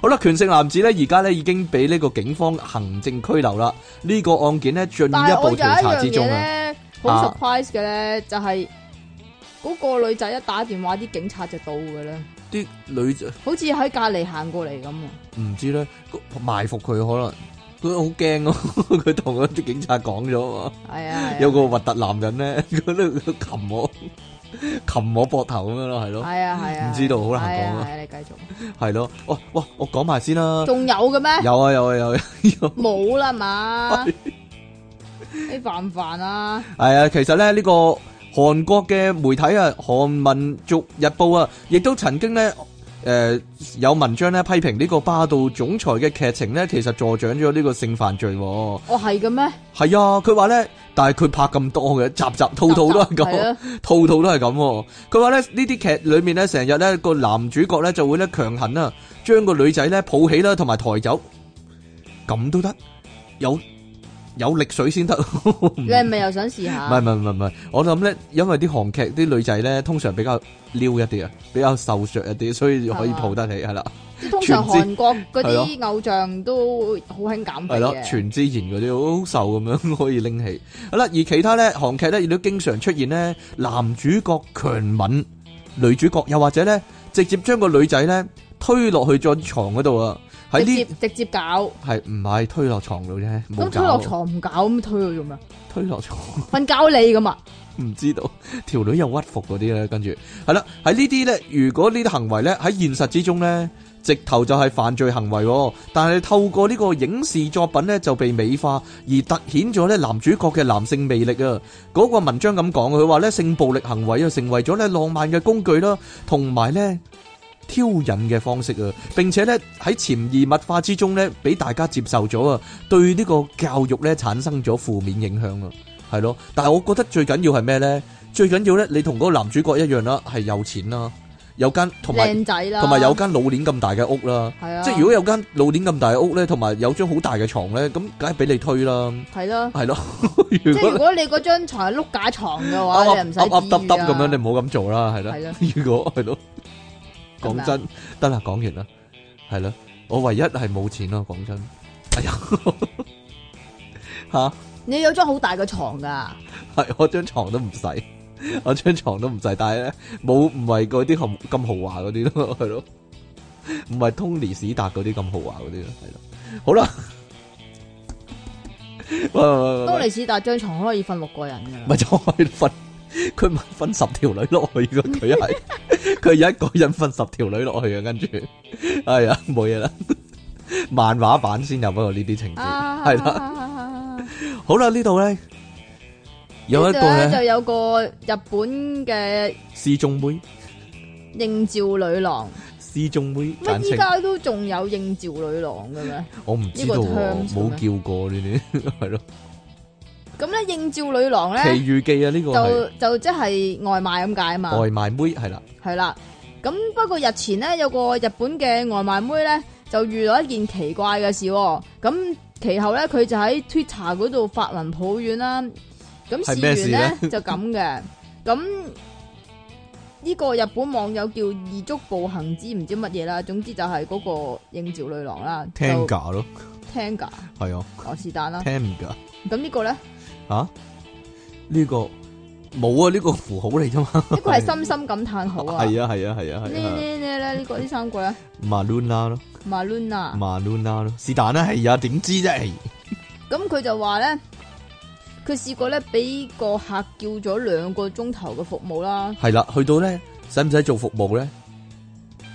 [SPEAKER 1] 好啦，權姓男子咧，而家咧已經俾呢個警方行政拘留啦。呢、個案件咧進一步
[SPEAKER 2] 但系我有一
[SPEAKER 1] 調查
[SPEAKER 2] 樣
[SPEAKER 1] 之
[SPEAKER 2] 嘢
[SPEAKER 1] 中啊。
[SPEAKER 2] 咧，
[SPEAKER 1] 啊
[SPEAKER 2] 好 surprise 嘅咧，就係嗰個女仔一打電話，啲警察就到嘅啦，
[SPEAKER 1] 啲女仔
[SPEAKER 2] 好似喺隔離行過嚟咁啊！
[SPEAKER 1] 唔知咧，埋伏佢可能佢好驚咯， <laughs> 佢同嗰啲警察講咗啊嘛。
[SPEAKER 2] 係啊，
[SPEAKER 1] 有個核突男人咧，佢都擒我， <laughs> 擒我膊頭咁樣咯，係
[SPEAKER 2] 係
[SPEAKER 1] 咯，
[SPEAKER 2] 啊係啊，
[SPEAKER 1] 唔知道好難
[SPEAKER 2] 係
[SPEAKER 1] 講啊
[SPEAKER 2] 係你繼續，
[SPEAKER 1] 係咯。哇哇，我講埋先啦。
[SPEAKER 2] 仲有嘅咩？
[SPEAKER 1] 有啊有啊有啊有啊。
[SPEAKER 2] 冇啦嘛，你煩唔煩啊？
[SPEAKER 1] 係啊，其實咧呢個韓國嘅媒體啊，《韓民族日報》啊，亦都曾經咧。誒、有文章咧批評呢個霸道總裁嘅劇情咧，其實助長咗呢個性犯罪喎、
[SPEAKER 2] 我係嘅咩？
[SPEAKER 1] 係啊，佢話咧，但係佢拍咁多嘅，集集套套都係
[SPEAKER 2] 係
[SPEAKER 1] 咁，
[SPEAKER 2] 啊
[SPEAKER 1] 套套都係啊咁喎。佢話咧呢啲劇裏面咧，成日咧個男主角咧就會咧強行啊，將個女仔咧抱起啦，同埋抬走，咁都得，有有力水 <laughs> 先得。唔
[SPEAKER 2] 你係咪又想試
[SPEAKER 1] 唔係唔係
[SPEAKER 2] 下？
[SPEAKER 1] 唔係唔係，我諗咧，因為啲韓劇啲女仔咧，通常比較撩一啲啊，比較瘦削一啲，所以可以
[SPEAKER 2] 係嘛
[SPEAKER 1] 抱得起，係啦，
[SPEAKER 2] 即係通常
[SPEAKER 1] 全
[SPEAKER 2] 韓國嗰
[SPEAKER 1] 係
[SPEAKER 2] 啲偶像都好興減肥
[SPEAKER 1] 係咯，
[SPEAKER 2] 嘅，
[SPEAKER 1] 全智賢嗰啲好瘦咁樣可以拎起。好啦，而其他咧韓劇咧亦都經常出現咧男主角強吻女主角，又或者咧直接將個女仔咧推落去張床嗰度啊，喺
[SPEAKER 2] 直接
[SPEAKER 1] 呢
[SPEAKER 2] 直接搞，
[SPEAKER 1] 係唔係推落床度啫，冇
[SPEAKER 2] 咁推落
[SPEAKER 1] 搞
[SPEAKER 2] 床唔搞，咁推佢做咩？啊
[SPEAKER 1] 推落床。
[SPEAKER 2] 瞓覺你噶嘛？
[SPEAKER 1] 唔知道 <laughs> 條女又屈服嗰啲咧，跟住係啦，喺呢啲咧，如果呢啲行為咧喺現實之中咧，直頭就係犯罪行為喎。但係透過呢個影視作品咧就被美化，而突顯咗咧男主角嘅男性魅力啊！嗰、個文章咁講，佢話咧性暴力行為啊，成為咗咧浪漫嘅工具啦，同埋咧。挑引嘅方式啊，並且咧喺潛移默化之中咧，俾大家接受咗啊，對呢個教育咧產生咗負面影響啊，係咯。但係我覺得最緊要係咩咧？最緊要咧，你同嗰個男主角一樣啦，係有錢啦，有間同埋
[SPEAKER 2] 靚仔啦，
[SPEAKER 1] 同埋有間老年咁大嘅屋啦。
[SPEAKER 2] 係啊，
[SPEAKER 1] 即係如果有間老年咁大嘅屋咧，同埋有張好大嘅床咧，咁梗係俾你推啦，
[SPEAKER 2] 係咯，
[SPEAKER 1] 係咯。
[SPEAKER 2] 即
[SPEAKER 1] 如
[SPEAKER 2] 係如
[SPEAKER 1] 果啊
[SPEAKER 2] 果你嗰張床係碌架床嘅
[SPEAKER 1] 噏
[SPEAKER 2] 話，
[SPEAKER 1] 噏
[SPEAKER 2] 你唔使啊
[SPEAKER 1] 噏噏
[SPEAKER 2] 咁
[SPEAKER 1] 耷耷咁樣，你唔好咁做啦，係啦。
[SPEAKER 2] 係咯，
[SPEAKER 1] 如果係咯，
[SPEAKER 2] 咁
[SPEAKER 1] 講
[SPEAKER 2] 啊
[SPEAKER 1] 真得啦，講完啦，係咯，我唯一係冇錢咯，講真，哎呀，吓
[SPEAKER 2] 你有張好大嘅床㗎，
[SPEAKER 1] 係我張床都唔使，我張床都唔使，但 <laughs> 係咧冇唔係嗰啲咁咁豪華嗰啲 <laughs> 咯，係咯，唔係 Tony 史達嗰啲咁豪華嗰啲咯，係咯， <laughs> 好啦，喂喂喂喂
[SPEAKER 2] 當尼士達張床可以瞓六個人㗎啦
[SPEAKER 1] 咪，就係分，佢咪分十條女落去嘅，佢
[SPEAKER 2] <laughs>
[SPEAKER 1] 係佢一個人分十條女落去嘅，跟住係啊，冇嘢啦。漫畫版先有不過呢啲情節，
[SPEAKER 2] 啊
[SPEAKER 1] 係啦、
[SPEAKER 2] <laughs>
[SPEAKER 1] 好啦，呢度咧有一個
[SPEAKER 2] 呢度
[SPEAKER 1] 咧
[SPEAKER 2] 就有個日本嘅
[SPEAKER 1] 私中妹，
[SPEAKER 2] 應召女郎，啊
[SPEAKER 1] 私中妹簡
[SPEAKER 2] 乜依
[SPEAKER 1] 稱，
[SPEAKER 2] 家都仲有應召女郎嘅咩？
[SPEAKER 1] 我唔知
[SPEAKER 2] 呢個
[SPEAKER 1] 道喎，
[SPEAKER 2] terms
[SPEAKER 1] 冇
[SPEAKER 2] 咩
[SPEAKER 1] 叫過呢啲， <laughs> 係咯。
[SPEAKER 2] 咁咧應召女郎咧
[SPEAKER 1] 奇。遇記啊，呢個係
[SPEAKER 2] 就就即係外賣咁解嘛，
[SPEAKER 1] 外賣妹係啦，
[SPEAKER 2] 係啦。咁不過日前呢，有個日本嘅外賣妹呢，就遇到一件奇怪嘅事、喎。咁其後呢，佢就喺 Twitter 嗰度發文抱怨啦。咁
[SPEAKER 1] 係咩
[SPEAKER 2] 事
[SPEAKER 1] 事呢
[SPEAKER 2] 源呢，就咁嘅，咁呢個日本網友叫二足步行之唔知乜嘢啦，總之就係嗰個應召女郎啦，就
[SPEAKER 1] 聽架咯，
[SPEAKER 2] 聽噶，
[SPEAKER 1] 係啊，
[SPEAKER 2] 我是但啦。
[SPEAKER 1] 聽架。
[SPEAKER 2] 咁呢個呢，
[SPEAKER 1] 呢個冇啊，呢個符號嚟啫嘛，
[SPEAKER 2] 呢個係深深感嘆好啊。
[SPEAKER 1] <laughs>
[SPEAKER 2] 呢
[SPEAKER 1] 係啊係啊係啊係
[SPEAKER 2] 呢
[SPEAKER 1] 啊
[SPEAKER 2] 呢呢呢個呢三個呢。
[SPEAKER 1] ，Maluna 咯。
[SPEAKER 2] Maluna，
[SPEAKER 1] 萬 l u 咯，是但啦，係啊，點知啫？
[SPEAKER 2] 咁佢就話咧，佢試過咧俾個客叫咗兩個鐘頭嘅服務啦，
[SPEAKER 1] 係啦，去到咧，使唔使做服務咧？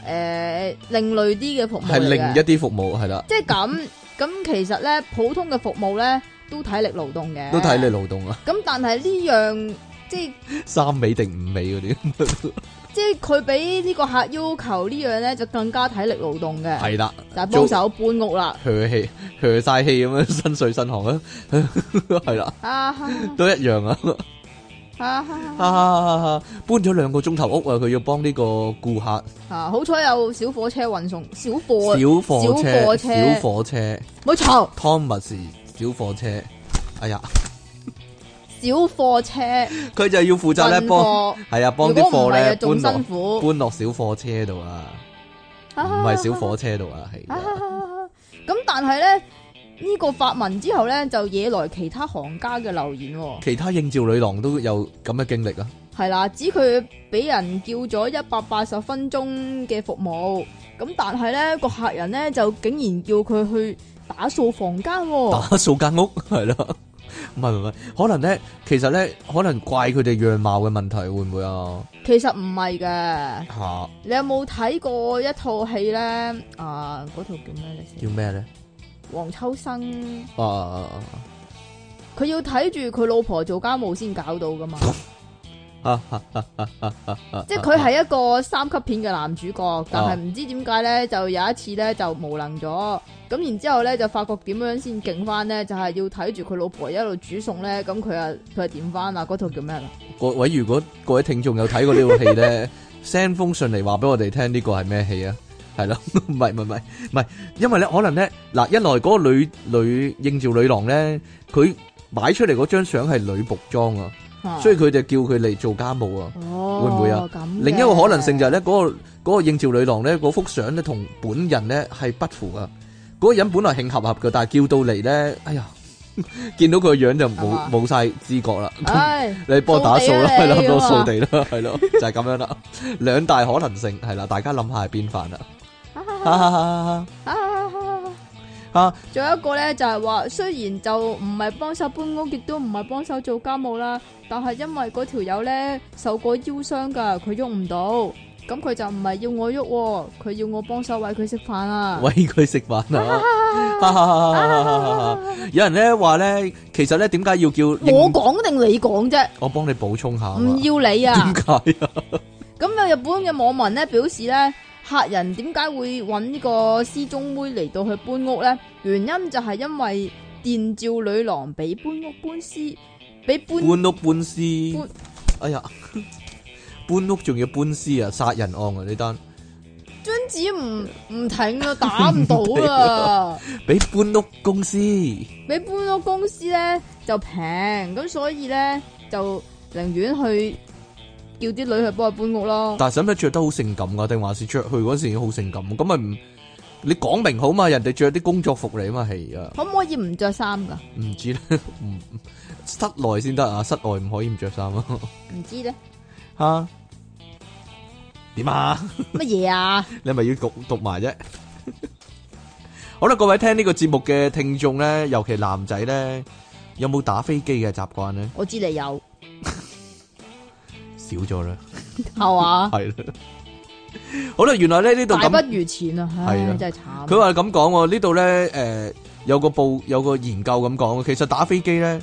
[SPEAKER 2] 诶、另類啲嘅服務
[SPEAKER 1] 係
[SPEAKER 2] 嚟
[SPEAKER 1] 另一
[SPEAKER 2] 嘅，
[SPEAKER 1] 啲服務，係啦，
[SPEAKER 2] 即係咁咁其實咧普通嘅服務咧都體力勞動嘅，
[SPEAKER 1] 都睇你勞動啊， <laughs>
[SPEAKER 2] 咁但係呢樣即係
[SPEAKER 1] 三尾定五尾嗰啲，
[SPEAKER 2] 即係佢俾呢個客要求呢樣咧就更加體力勞動嘅，
[SPEAKER 1] 係啦，
[SPEAKER 2] 就係幫手搬屋啦，
[SPEAKER 1] 嘘氣嘘晒氣咁樣，身水身汗啊， <laughs> 係啦，
[SPEAKER 2] 啊哈
[SPEAKER 1] 都一 <laughs> 樣啊。
[SPEAKER 2] 啊哈
[SPEAKER 1] 哈哈哈哈搬咗兩個鐘頭屋啊，佢要幫呢個顧客
[SPEAKER 2] 啊！好彩有小火車運送，小
[SPEAKER 1] 小
[SPEAKER 2] 貨
[SPEAKER 1] 貨
[SPEAKER 2] 小
[SPEAKER 1] 車、
[SPEAKER 2] 貨車
[SPEAKER 1] 小火車、
[SPEAKER 2] 冇錯，
[SPEAKER 1] 湯密士小火車，哎呀，
[SPEAKER 2] 小小货车
[SPEAKER 1] 佢就要負責咧
[SPEAKER 2] 運
[SPEAKER 1] 幫
[SPEAKER 2] 貨，
[SPEAKER 1] 係啊，幫
[SPEAKER 2] 如
[SPEAKER 1] 啲
[SPEAKER 2] 果
[SPEAKER 1] 貨
[SPEAKER 2] 唔係啊，
[SPEAKER 1] 咧
[SPEAKER 2] 仲
[SPEAKER 1] 搬
[SPEAKER 2] 辛
[SPEAKER 1] 落
[SPEAKER 2] 苦。
[SPEAKER 1] 搬落小貨車度啊，唔係小貨車度啊，係
[SPEAKER 2] 啊
[SPEAKER 1] 啊
[SPEAKER 2] <laughs> 咁但系咧，呢、個發文之後咧，就惹來其他行家嘅留言、喎。
[SPEAKER 1] 其他應召女郎都有咁嘅經歷啊，
[SPEAKER 2] 係啦，指佢俾人叫咗一百八十分鐘嘅服務，咁但係咧個客人咧就竟然叫佢去打掃房間、
[SPEAKER 1] 打
[SPEAKER 2] 喎。
[SPEAKER 1] 掃間屋 <laughs> 係啦，唔係唔係，可能咧，其實咧，可能怪佢哋樣貌嘅問題會唔會啊？
[SPEAKER 2] 其實唔係嘅，
[SPEAKER 1] 吓，
[SPEAKER 2] 你有冇睇過一套戲咧？啊，嗰套叫咩咧？
[SPEAKER 1] 叫咩咧？
[SPEAKER 2] 黃秋生，
[SPEAKER 1] 啊啊啊啊！
[SPEAKER 2] 佢要睇住佢老婆做家務先搞到
[SPEAKER 1] <laughs>
[SPEAKER 2] 噶嘛。即係佢係一個三級片嘅男主角，但係唔知點解咧，就有一次咧就無能咗，咁然之後咧就發覺點樣先勁翻咧，就係、要睇住佢老婆一路煮餸咧，咁佢啊佢啊點翻啊？嗰套叫咩啦？
[SPEAKER 1] 各位如果各位聽眾有睇過呢套戲
[SPEAKER 2] <laughs>
[SPEAKER 1] 咧，send 封信嚟話俾我哋聽呢個係咩戲啊？係咯， <laughs> 唔係唔係唔係唔係，因為咧可能咧嗱，一來嗰個女女應召女郎咧，佢擺出嚟嗰張相係女仆裝啊，
[SPEAKER 2] 啊
[SPEAKER 1] 所以佢就叫佢嚟做家務啊。
[SPEAKER 2] 哦，
[SPEAKER 1] 會唔會啊
[SPEAKER 2] 咁嘅？
[SPEAKER 1] 另一個可能性就係咧，嗰、個嗰、個應召女郎咧，嗰幅相咧同本人咧係不符啊。嗰、個人本來慶合合嘅，但係叫到嚟咧，哎呀， <laughs> 見到佢個樣就
[SPEAKER 2] 係
[SPEAKER 1] 冇
[SPEAKER 2] 嘛
[SPEAKER 1] 冇曬知覺啦。
[SPEAKER 2] 唉，
[SPEAKER 1] 你幫我打掃啦，係
[SPEAKER 2] 掃地啊
[SPEAKER 1] 啦，
[SPEAKER 2] 你
[SPEAKER 1] 幫我掃地啦，係咯，就係咁樣啦。兩大可能性係啦，大家諗下係邊範啊啦。哈哈哈
[SPEAKER 2] 啊
[SPEAKER 1] 哈啊，
[SPEAKER 2] 仲有一個咧就係話，雖然就唔係幫手搬屋，亦都唔係幫手做家務啦，但係因為嗰條友咧受過腰傷噶，佢喐唔到，咁佢就唔係要我喐喎，佢要我幫手喂佢食飯啊。
[SPEAKER 1] 喂佢食飯啊！哈哈哈哈哈哈有人咧話咧，其實咧點解要叫
[SPEAKER 2] 我講定你講啫，
[SPEAKER 1] 我幫你補充下啊嘛？
[SPEAKER 2] 唔要你啊
[SPEAKER 1] 點！解啊？
[SPEAKER 2] 咁有日本嘅網民咧表示咧，客人點解會揾呢個失蹤妹嚟到去搬屋咧？原因就係因為電召女郎俾搬屋搬屍，俾搬
[SPEAKER 1] 搬屋搬屍
[SPEAKER 2] 搬，
[SPEAKER 1] 哎呀， <laughs> 搬屋仲要搬屍啊！殺人案啊呢單，
[SPEAKER 2] 張紙唔唔停啊，打唔到啊！
[SPEAKER 1] 俾搬屋公司
[SPEAKER 2] 俾搬屋公司咧就平，咁所以咧就寧願去叫啲女去幫佢搬屋咯。
[SPEAKER 1] 但系使唔使着得好性感噶？定還是着去嗰時已經好性感？咁咪唔你講明好嘛？人哋着啲工作服嚟啊嘛，係啊，
[SPEAKER 2] 可唔可以唔着衫噶？
[SPEAKER 1] 唔知咧， <laughs> 唔室內先得啊，室外唔可以唔着衫啊。
[SPEAKER 2] 唔知咧
[SPEAKER 1] 吓點啊？
[SPEAKER 2] 乜嘢啊？
[SPEAKER 1] 你咪要讀讀埋啫。 <laughs> 好啦，各位聽呢個節目嘅聽眾咧，尤其男仔咧，有冇打飛機嘅習慣咧？
[SPEAKER 2] <laughs> 我知你有
[SPEAKER 1] 少咗啦，
[SPEAKER 2] 係嘛？
[SPEAKER 1] 係啦。好啦，原來咧呢度
[SPEAKER 2] 大
[SPEAKER 1] 咁
[SPEAKER 2] 不。如前啊！
[SPEAKER 1] 係啊
[SPEAKER 2] 唉，真係慘。
[SPEAKER 1] 佢話咁講喎，呢度咧誒有個報有個研究咁講，其實打飛機咧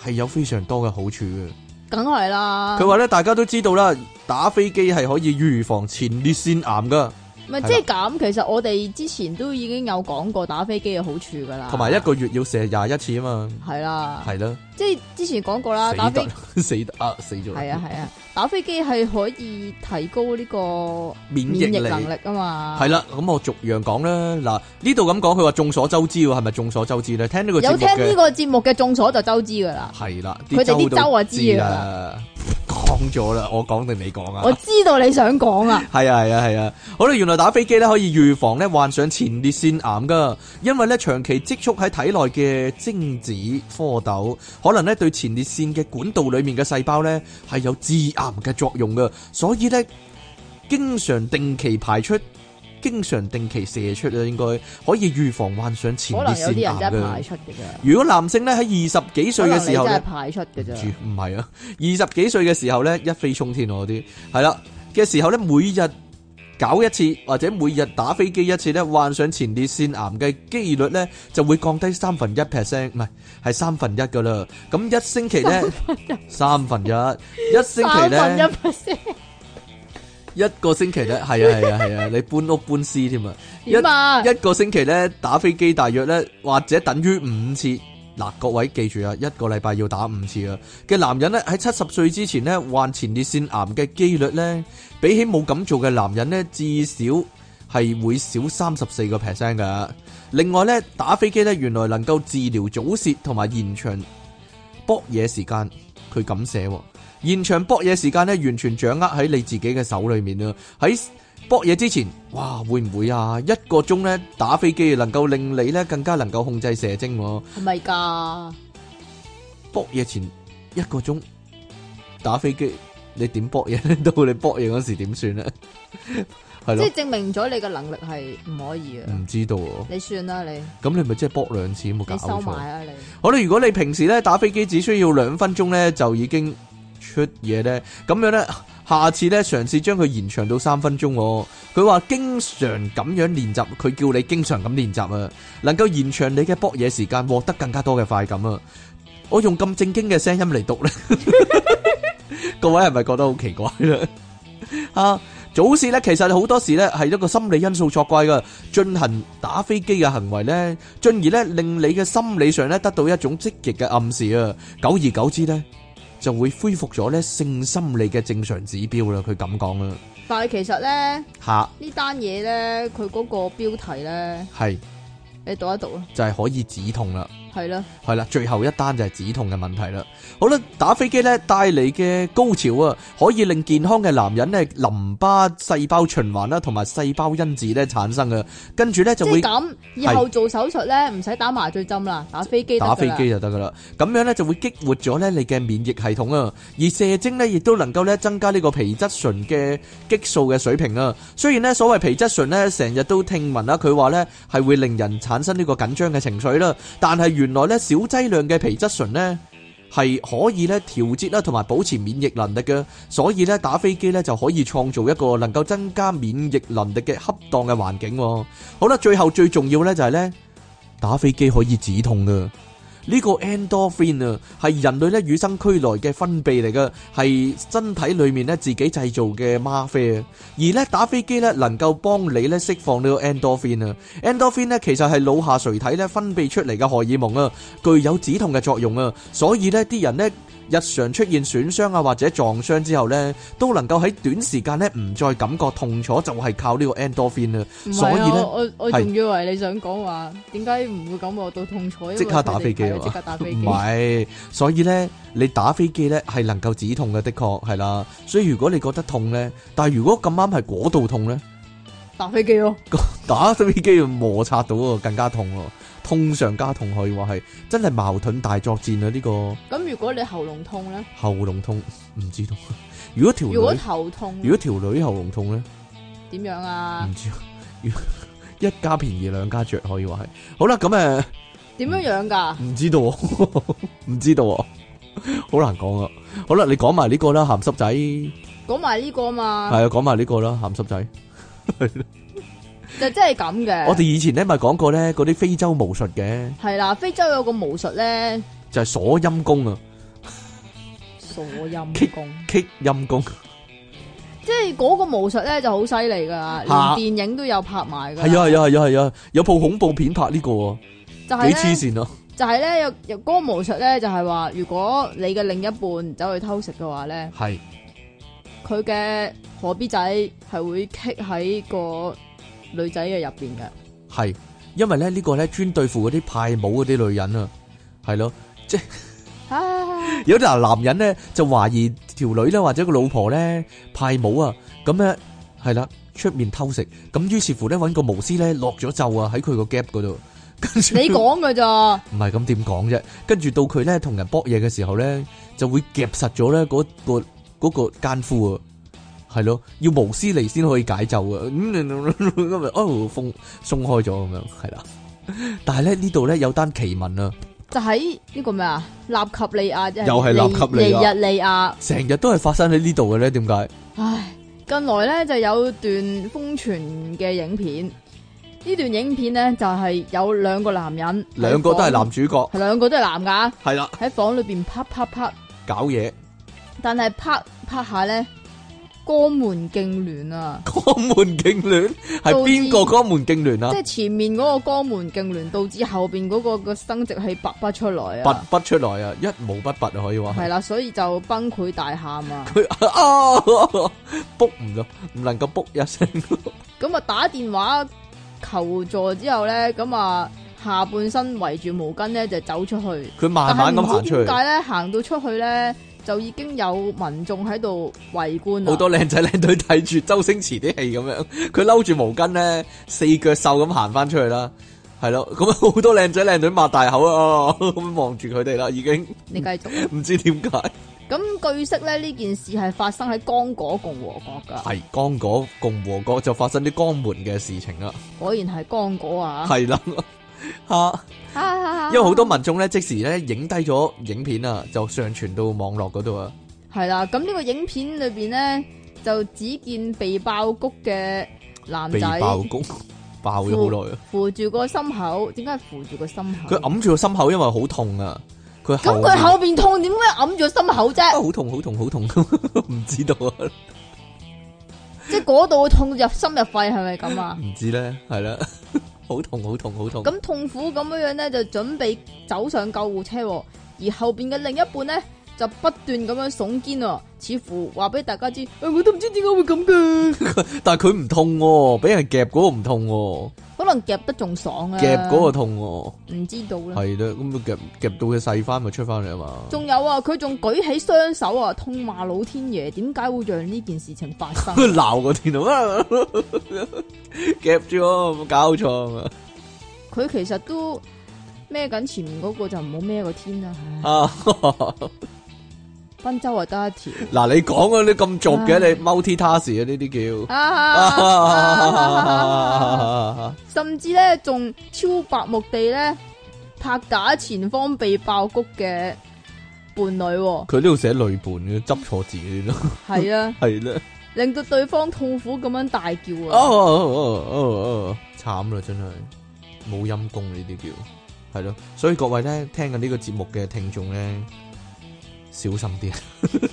[SPEAKER 1] 係有非常多嘅好處嘅。
[SPEAKER 2] 梗係啦，
[SPEAKER 1] 佢話咧大家都知道啦，打飛機係可以預防前列腺癌
[SPEAKER 2] 啊
[SPEAKER 1] 噶，
[SPEAKER 2] 咪即係咁。其實我哋之前都已經有講過打飛機嘅好處噶啦，
[SPEAKER 1] 同埋一個月要射廿一次啊嘛，
[SPEAKER 2] 係啦，
[SPEAKER 1] 係啦，
[SPEAKER 2] 即係之前講過啦，打
[SPEAKER 1] 死
[SPEAKER 2] 飛
[SPEAKER 1] 得 <laughs> 死得啊死咗，
[SPEAKER 2] 係啊係啊，打飛機係可以提高呢個
[SPEAKER 1] 免疫
[SPEAKER 2] 免疫
[SPEAKER 1] 力
[SPEAKER 2] 能力啊嘛。
[SPEAKER 1] 係啦，咁我逐樣講啦。嗱呢度咁講，佢話眾所周知喎，係咪眾所周知咧？聽呢個節
[SPEAKER 2] 有
[SPEAKER 1] 目
[SPEAKER 2] 聽呢
[SPEAKER 1] 嘅
[SPEAKER 2] 個節目嘅眾所就周知噶啦，
[SPEAKER 1] 係啦，
[SPEAKER 2] 佢哋啲
[SPEAKER 1] 都
[SPEAKER 2] 周啊知
[SPEAKER 1] 知
[SPEAKER 2] 啊
[SPEAKER 1] 啦， <laughs> 講咗啦，我講定你講啊？
[SPEAKER 2] 我知道你想講啊，
[SPEAKER 1] 系啊系啊系啊，好啦，原來打飛機咧可以預防咧患上前列腺癌噶，因為咧長期積蓄喺體內嘅精子蝌蚪，可能咧對前列腺嘅管道裡面嘅細胞咧係有致癌嘅作用噶，所以咧經常定期排出，經常定期射出啊，應該可以預防患上前
[SPEAKER 2] 可
[SPEAKER 1] 列
[SPEAKER 2] 能
[SPEAKER 1] 腺
[SPEAKER 2] 有啲人
[SPEAKER 1] 癌
[SPEAKER 2] 真係
[SPEAKER 1] 嘅。
[SPEAKER 2] 排出嘅啫，
[SPEAKER 1] 如果男性咧喺二十幾
[SPEAKER 2] 可
[SPEAKER 1] 歲
[SPEAKER 2] 能
[SPEAKER 1] 嘅
[SPEAKER 2] 你
[SPEAKER 1] 時
[SPEAKER 2] 真
[SPEAKER 1] 候
[SPEAKER 2] 係
[SPEAKER 1] 咧。
[SPEAKER 2] 排出嘅
[SPEAKER 1] 住
[SPEAKER 2] 啫，
[SPEAKER 1] 唔係啊，二十幾歲嘅時候咧，一飛沖天我啲係啦嘅時候咧，每日搞一次或者每日打飛機一次咧，患上前列腺癌嘅機率咧就會降低三分一 percent，唔係係三分一噶啦。咁一星期咧，三分一，一星期
[SPEAKER 2] 三分一
[SPEAKER 1] 咧，
[SPEAKER 2] percent
[SPEAKER 1] 一個星期咧，係啊係啊係啊，你搬屋搬屍添啊！一
[SPEAKER 2] 點啊？
[SPEAKER 1] 一個星期咧打飛機大約咧或者等於五次。嗱，各位記住啊，一個禮拜要打五次啊。嘅男人咧喺七十歲之前咧患前列腺癌嘅機率咧，比起冇咁做嘅男人咧，至少係會少三十四個 percent 噶。另外咧，打飛機咧原來能夠治療早泄同埋延長搏嘢時間，佢咁寫喎。現場搏嘢時間咧，完全掌握喺你自己嘅手裏面啦。喺搏嘢之前，哇，會唔會啊？一個鐘咧打飛機，能夠令你咧更加能夠控制射精喎。
[SPEAKER 2] 系咪噶？
[SPEAKER 1] 搏嘢前一個鐘打飛機，你點搏嘢咧？到你搏嘢嗰時點算咧？係咯
[SPEAKER 2] 即
[SPEAKER 1] 嗯
[SPEAKER 2] 系，证明咗你嘅能力系唔可以嘅。
[SPEAKER 1] 唔知道喎。
[SPEAKER 2] 你算啦，你
[SPEAKER 1] 咁你咪即係搏兩次，有冇搞
[SPEAKER 2] 你收
[SPEAKER 1] 錯。啊
[SPEAKER 2] 埋啦，你
[SPEAKER 1] <laughs> 好啦，如果你平時咧打飛機只需要兩分鐘咧就已經出嘢咧，咁樣咧，下次咧嘗試將佢延長到三分鐘喎。佢話經常咁樣練習，佢叫你經常咁練習啊，能夠延長你嘅搏嘢時間，獲得更加多嘅快 <laughs> 感啊！我用咁正經嘅聲音嚟讀咧，各位係咪覺得好奇怪咧？啊，早市咧其實好多時咧係一個心理因素作怪噶，進行打飛機嘅行為咧。進而咧令你嘅心理上咧得到一種積極嘅暗示啊，久而久之咧就會恢復咗咧性心理嘅正常指標啦。佢咁講啊啦，
[SPEAKER 2] 但系其实咧呢
[SPEAKER 1] 吓
[SPEAKER 2] 单嘢咧，佢嗰个标题咧，
[SPEAKER 1] 係
[SPEAKER 2] 你读一读啦，
[SPEAKER 1] 就係、可以止痛啦。
[SPEAKER 2] 系啦，
[SPEAKER 1] 係啦，最後一單就係止痛嘅問題啦。好啦，打飛機咧帶嚟嘅高潮啊，可以令健康嘅男人咧淋巴細胞循環啦，同埋細胞因子咧產生啊，跟住咧就
[SPEAKER 2] 即
[SPEAKER 1] 會
[SPEAKER 2] 系。咁，以后做手术咧唔使打麻醉针啦，打飞机得
[SPEAKER 1] 打
[SPEAKER 2] 㗎
[SPEAKER 1] 飛
[SPEAKER 2] 啦
[SPEAKER 1] 機就得噶啦，咁樣咧就會激活咗咧你嘅免疫系統啊，而射精咧亦都能夠咧增加呢個皮質醇嘅激素嘅水平啊。雖然咧所謂皮質醇咧成日都聽聞啦，佢話咧係會令人產生呢個緊張嘅情緒啦，但係原來咧小劑量嘅皮質醇咧。係可以咧調節啦，同埋保持免疫能力嘅，所以咧打飛機咧就可以創造一個能夠增加免疫能力嘅恰當嘅環境喎。好啦，最後最重要咧就係咧打飛機可以止痛嘅。呢個 endorphin 啊，係人類咧與生俱來嘅分泌嚟嘅，係身體裏面咧自己製造嘅嗎啡啊。而咧打飛機咧能夠幫你咧釋放呢個 endorphin 啊，endorphin 咧其實係腦下垂體咧分泌出嚟嘅荷爾蒙啊，具有止痛嘅作用啊。所以呢啲人呢，日常出現損傷啊或者撞傷之後呢，都能夠喺短時間咧唔再感覺痛楚，就係、靠呢個 endorphin 啊。
[SPEAKER 2] 唔係啊
[SPEAKER 1] 所以咧
[SPEAKER 2] 我我我
[SPEAKER 1] 係
[SPEAKER 2] 仲以為你想講話點解唔會感覺到痛楚，因為
[SPEAKER 1] 即刻打飛機啊
[SPEAKER 2] 佢哋係即刻打飛
[SPEAKER 1] 唔
[SPEAKER 2] 機，
[SPEAKER 1] 係，所以咧，你打飛機咧係能夠止痛嘅，的確係啦。所以如果你覺得痛咧，但係如果咁啱係嗰度痛咧，
[SPEAKER 2] 打飛機咯，
[SPEAKER 1] <laughs> 打飛機要摩擦到喎，更加痛喎，痛上加痛可以話係真係矛盾大作戰啊！呢、個
[SPEAKER 2] 咁如果你喉嚨痛咧，
[SPEAKER 1] 喉嚨痛唔知道，如果條
[SPEAKER 2] 如果
[SPEAKER 1] 女
[SPEAKER 2] 頭痛，
[SPEAKER 1] 如果條女喉嚨痛咧？
[SPEAKER 2] 點樣啊
[SPEAKER 1] 唔？知， <laughs> 如果一家便宜兩家着可以話係。好啦，咁誒。呃
[SPEAKER 2] 點樣樣㗎？
[SPEAKER 1] 唔知道喎， <laughs> 唔知道喎，好難講啊！好啦，你講埋呢個啦，鹹濕仔，係
[SPEAKER 2] 講埋呢個嘛，
[SPEAKER 1] 啊，講埋呢個啦，鹹濕仔。
[SPEAKER 2] 就真係咁
[SPEAKER 1] 我
[SPEAKER 2] 嘅。
[SPEAKER 1] 哋以前咧咪講過咧，嗰啲非洲巫術嘅，
[SPEAKER 2] 係啦，非洲有個巫術咧，
[SPEAKER 1] 就係鎖陰功啊，
[SPEAKER 2] 傻陰功，
[SPEAKER 1] 棘陰功，
[SPEAKER 2] 即係嗰個巫術咧就好犀利㗎啦，連
[SPEAKER 1] 嚇
[SPEAKER 2] 電影都有拍埋
[SPEAKER 1] 係
[SPEAKER 2] 㗎。
[SPEAKER 1] 啊係啊係啊係啊，有部恐怖片拍呢個喎，
[SPEAKER 2] 就係
[SPEAKER 1] 幾
[SPEAKER 2] 咧
[SPEAKER 1] 黐。線啊！
[SPEAKER 2] 就係咧，有有嗰個巫術咧，就係話，如果你嘅另一半走去偷食嘅話咧，
[SPEAKER 1] 係
[SPEAKER 2] 佢嘅何必仔係會棘喺個女仔嘅入邊嘅，
[SPEAKER 1] 係，因為咧呢個咧專對付嗰啲派舞嗰啲女人啊，係咯。
[SPEAKER 2] 啊，
[SPEAKER 1] 有啲男男人咧就懷疑條女咧或者個老婆咧派舞啊，咁咧係啦，出面偷食，咁於是乎咧揾個巫師咧落咗咒啊喺佢個 gap 嗰度，跟住
[SPEAKER 2] 你講嘅咋？
[SPEAKER 1] 唔係咁點講啫？跟住到佢咧同人搏嘢嘅時候咧，就會夾實咗咧嗰個嗰個奸夫啊，係咯，要巫師嚟先可以解咒啊！咁咁咪哦放鬆開咗咁樣係啦，但係咧呢度咧有單奇聞啊，
[SPEAKER 2] 就喺呢個咩啊？納及利亞即係
[SPEAKER 1] 又係納及利亞
[SPEAKER 2] 尼日利亞。
[SPEAKER 1] 成日都係發生喺呢度嘅咧，點解？
[SPEAKER 2] 唉，近來咧就有段瘋傳嘅影片，呢段影片咧就係有兩個男人，
[SPEAKER 1] 兩個都係男，主角，
[SPEAKER 2] 係兩個都係男噶，
[SPEAKER 1] 係啦，
[SPEAKER 2] 喺房裏邊啪啪啪。
[SPEAKER 1] 搞嘢， <laughs>
[SPEAKER 2] 但系拍拍下咧，肛門痉挛啊！
[SPEAKER 1] 江門痉挛係邊個江門痉挛啊？
[SPEAKER 2] 即系前面嗰個肛門痉挛導致後边嗰個個生殖器拔不出來
[SPEAKER 1] 拔
[SPEAKER 2] 啊，
[SPEAKER 1] 不出來啊，一毛不拔啊，可以話
[SPEAKER 2] 係啦，所以就崩潰大喊啊！
[SPEAKER 1] 佢 <laughs> 啊 <laughs> 卜唔到，唔能夠卜一聲，
[SPEAKER 2] 咁啊打電話求助之後咧，咁啊下半身圍住毛巾咧就走出去。
[SPEAKER 1] 佢慢慢咁行出去
[SPEAKER 2] 但係唔知點，解咧行到出去咧就已經有民眾喺度圍觀啦
[SPEAKER 1] 好多靚仔靚女睇住周星馳啲戲咁樣，佢嬲住毛巾咧，四腳獸咁行翻出去啦，係咯，咁啊 <laughs> 好多靚仔靚女擘大口啊， <laughs> 咁望住佢哋啦，已經
[SPEAKER 2] 你繼續。
[SPEAKER 1] 唔知點解
[SPEAKER 2] 咁據悉咧呢件事係發生喺剛果共和國㗎，
[SPEAKER 1] 係剛果共和國就發生啲江門嘅事情啦，
[SPEAKER 2] 果然係剛果啊！
[SPEAKER 1] 係啦， <laughs> 吓。因
[SPEAKER 2] 因
[SPEAKER 1] 為好多民眾咧即時咧影低咗影片啊，就上傳到網絡嗰度啊。
[SPEAKER 2] 系啦，咁呢個影片裏边咧就只見被爆谷嘅男
[SPEAKER 1] 被
[SPEAKER 2] 仔
[SPEAKER 1] 爆谷爆咗好耐啊！
[SPEAKER 2] 扶住個心口，點解扶住個心口？
[SPEAKER 1] 佢揞住個啊心口，因為好痛啊。佢
[SPEAKER 2] 咁
[SPEAKER 1] 後面
[SPEAKER 2] 佢後边痛，點解揞住個心口
[SPEAKER 1] <laughs>
[SPEAKER 2] 啫？
[SPEAKER 1] 啊好痛好痛好痛，唔知道啊，
[SPEAKER 2] 即系嗰度痛入心入肺，係咪咁啊？
[SPEAKER 1] 唔知咧，係啦， <laughs> 好痛好痛好痛。
[SPEAKER 2] 咁痛苦咁樣樣咧，就準備走上救護車喎，而後边嘅另一半咧就不斷咁樣耸肩喎，似乎話俾大家知，诶、我都唔知點解會咁 <laughs> 嘅，
[SPEAKER 1] 但係佢唔痛喎，俾人夾嗰個唔痛喎，
[SPEAKER 2] 可能夾得仲爽啊！
[SPEAKER 1] 夾嗰個痛喎，
[SPEAKER 2] 唔知道啦。
[SPEAKER 1] 係啦，咁佢啊夾夾到佢細翻咪出翻嚟啊嘛。
[SPEAKER 2] 仲有啊，佢仲舉起雙手啊，痛罵老天爺點解會讓呢件事情發
[SPEAKER 1] 啊
[SPEAKER 2] <laughs> 生？
[SPEAKER 1] <laughs> 鬧個電腦啊，夾住我冇搞錯啊！
[SPEAKER 2] 佢其實都孭緊前面嗰個就唔好孭個天啦，唉，
[SPEAKER 1] 啊！
[SPEAKER 2] 賓州啊得一 <laughs> 條
[SPEAKER 1] <laughs> 嗱，你講啊，你咁俗嘅，
[SPEAKER 2] 唉
[SPEAKER 1] 你 multitask 啊，呢啲叫。
[SPEAKER 2] 啊，甚至咧仲超白目地咧拍打前方被爆谷嘅伴侶
[SPEAKER 1] <laughs>
[SPEAKER 2] 喎，
[SPEAKER 1] <laughs> 佢呢度寫淚伴嘅，執錯字嘅咯，
[SPEAKER 2] 係啊，
[SPEAKER 1] 係啦。
[SPEAKER 2] 令到對方痛苦咁樣大叫
[SPEAKER 1] 哦
[SPEAKER 2] 啊！
[SPEAKER 1] 哦哦哦，慘啦，真係冇陰功呢啲叫，係咯。所以各位咧，聽緊呢個節目嘅聽眾咧，小心啲， <laughs>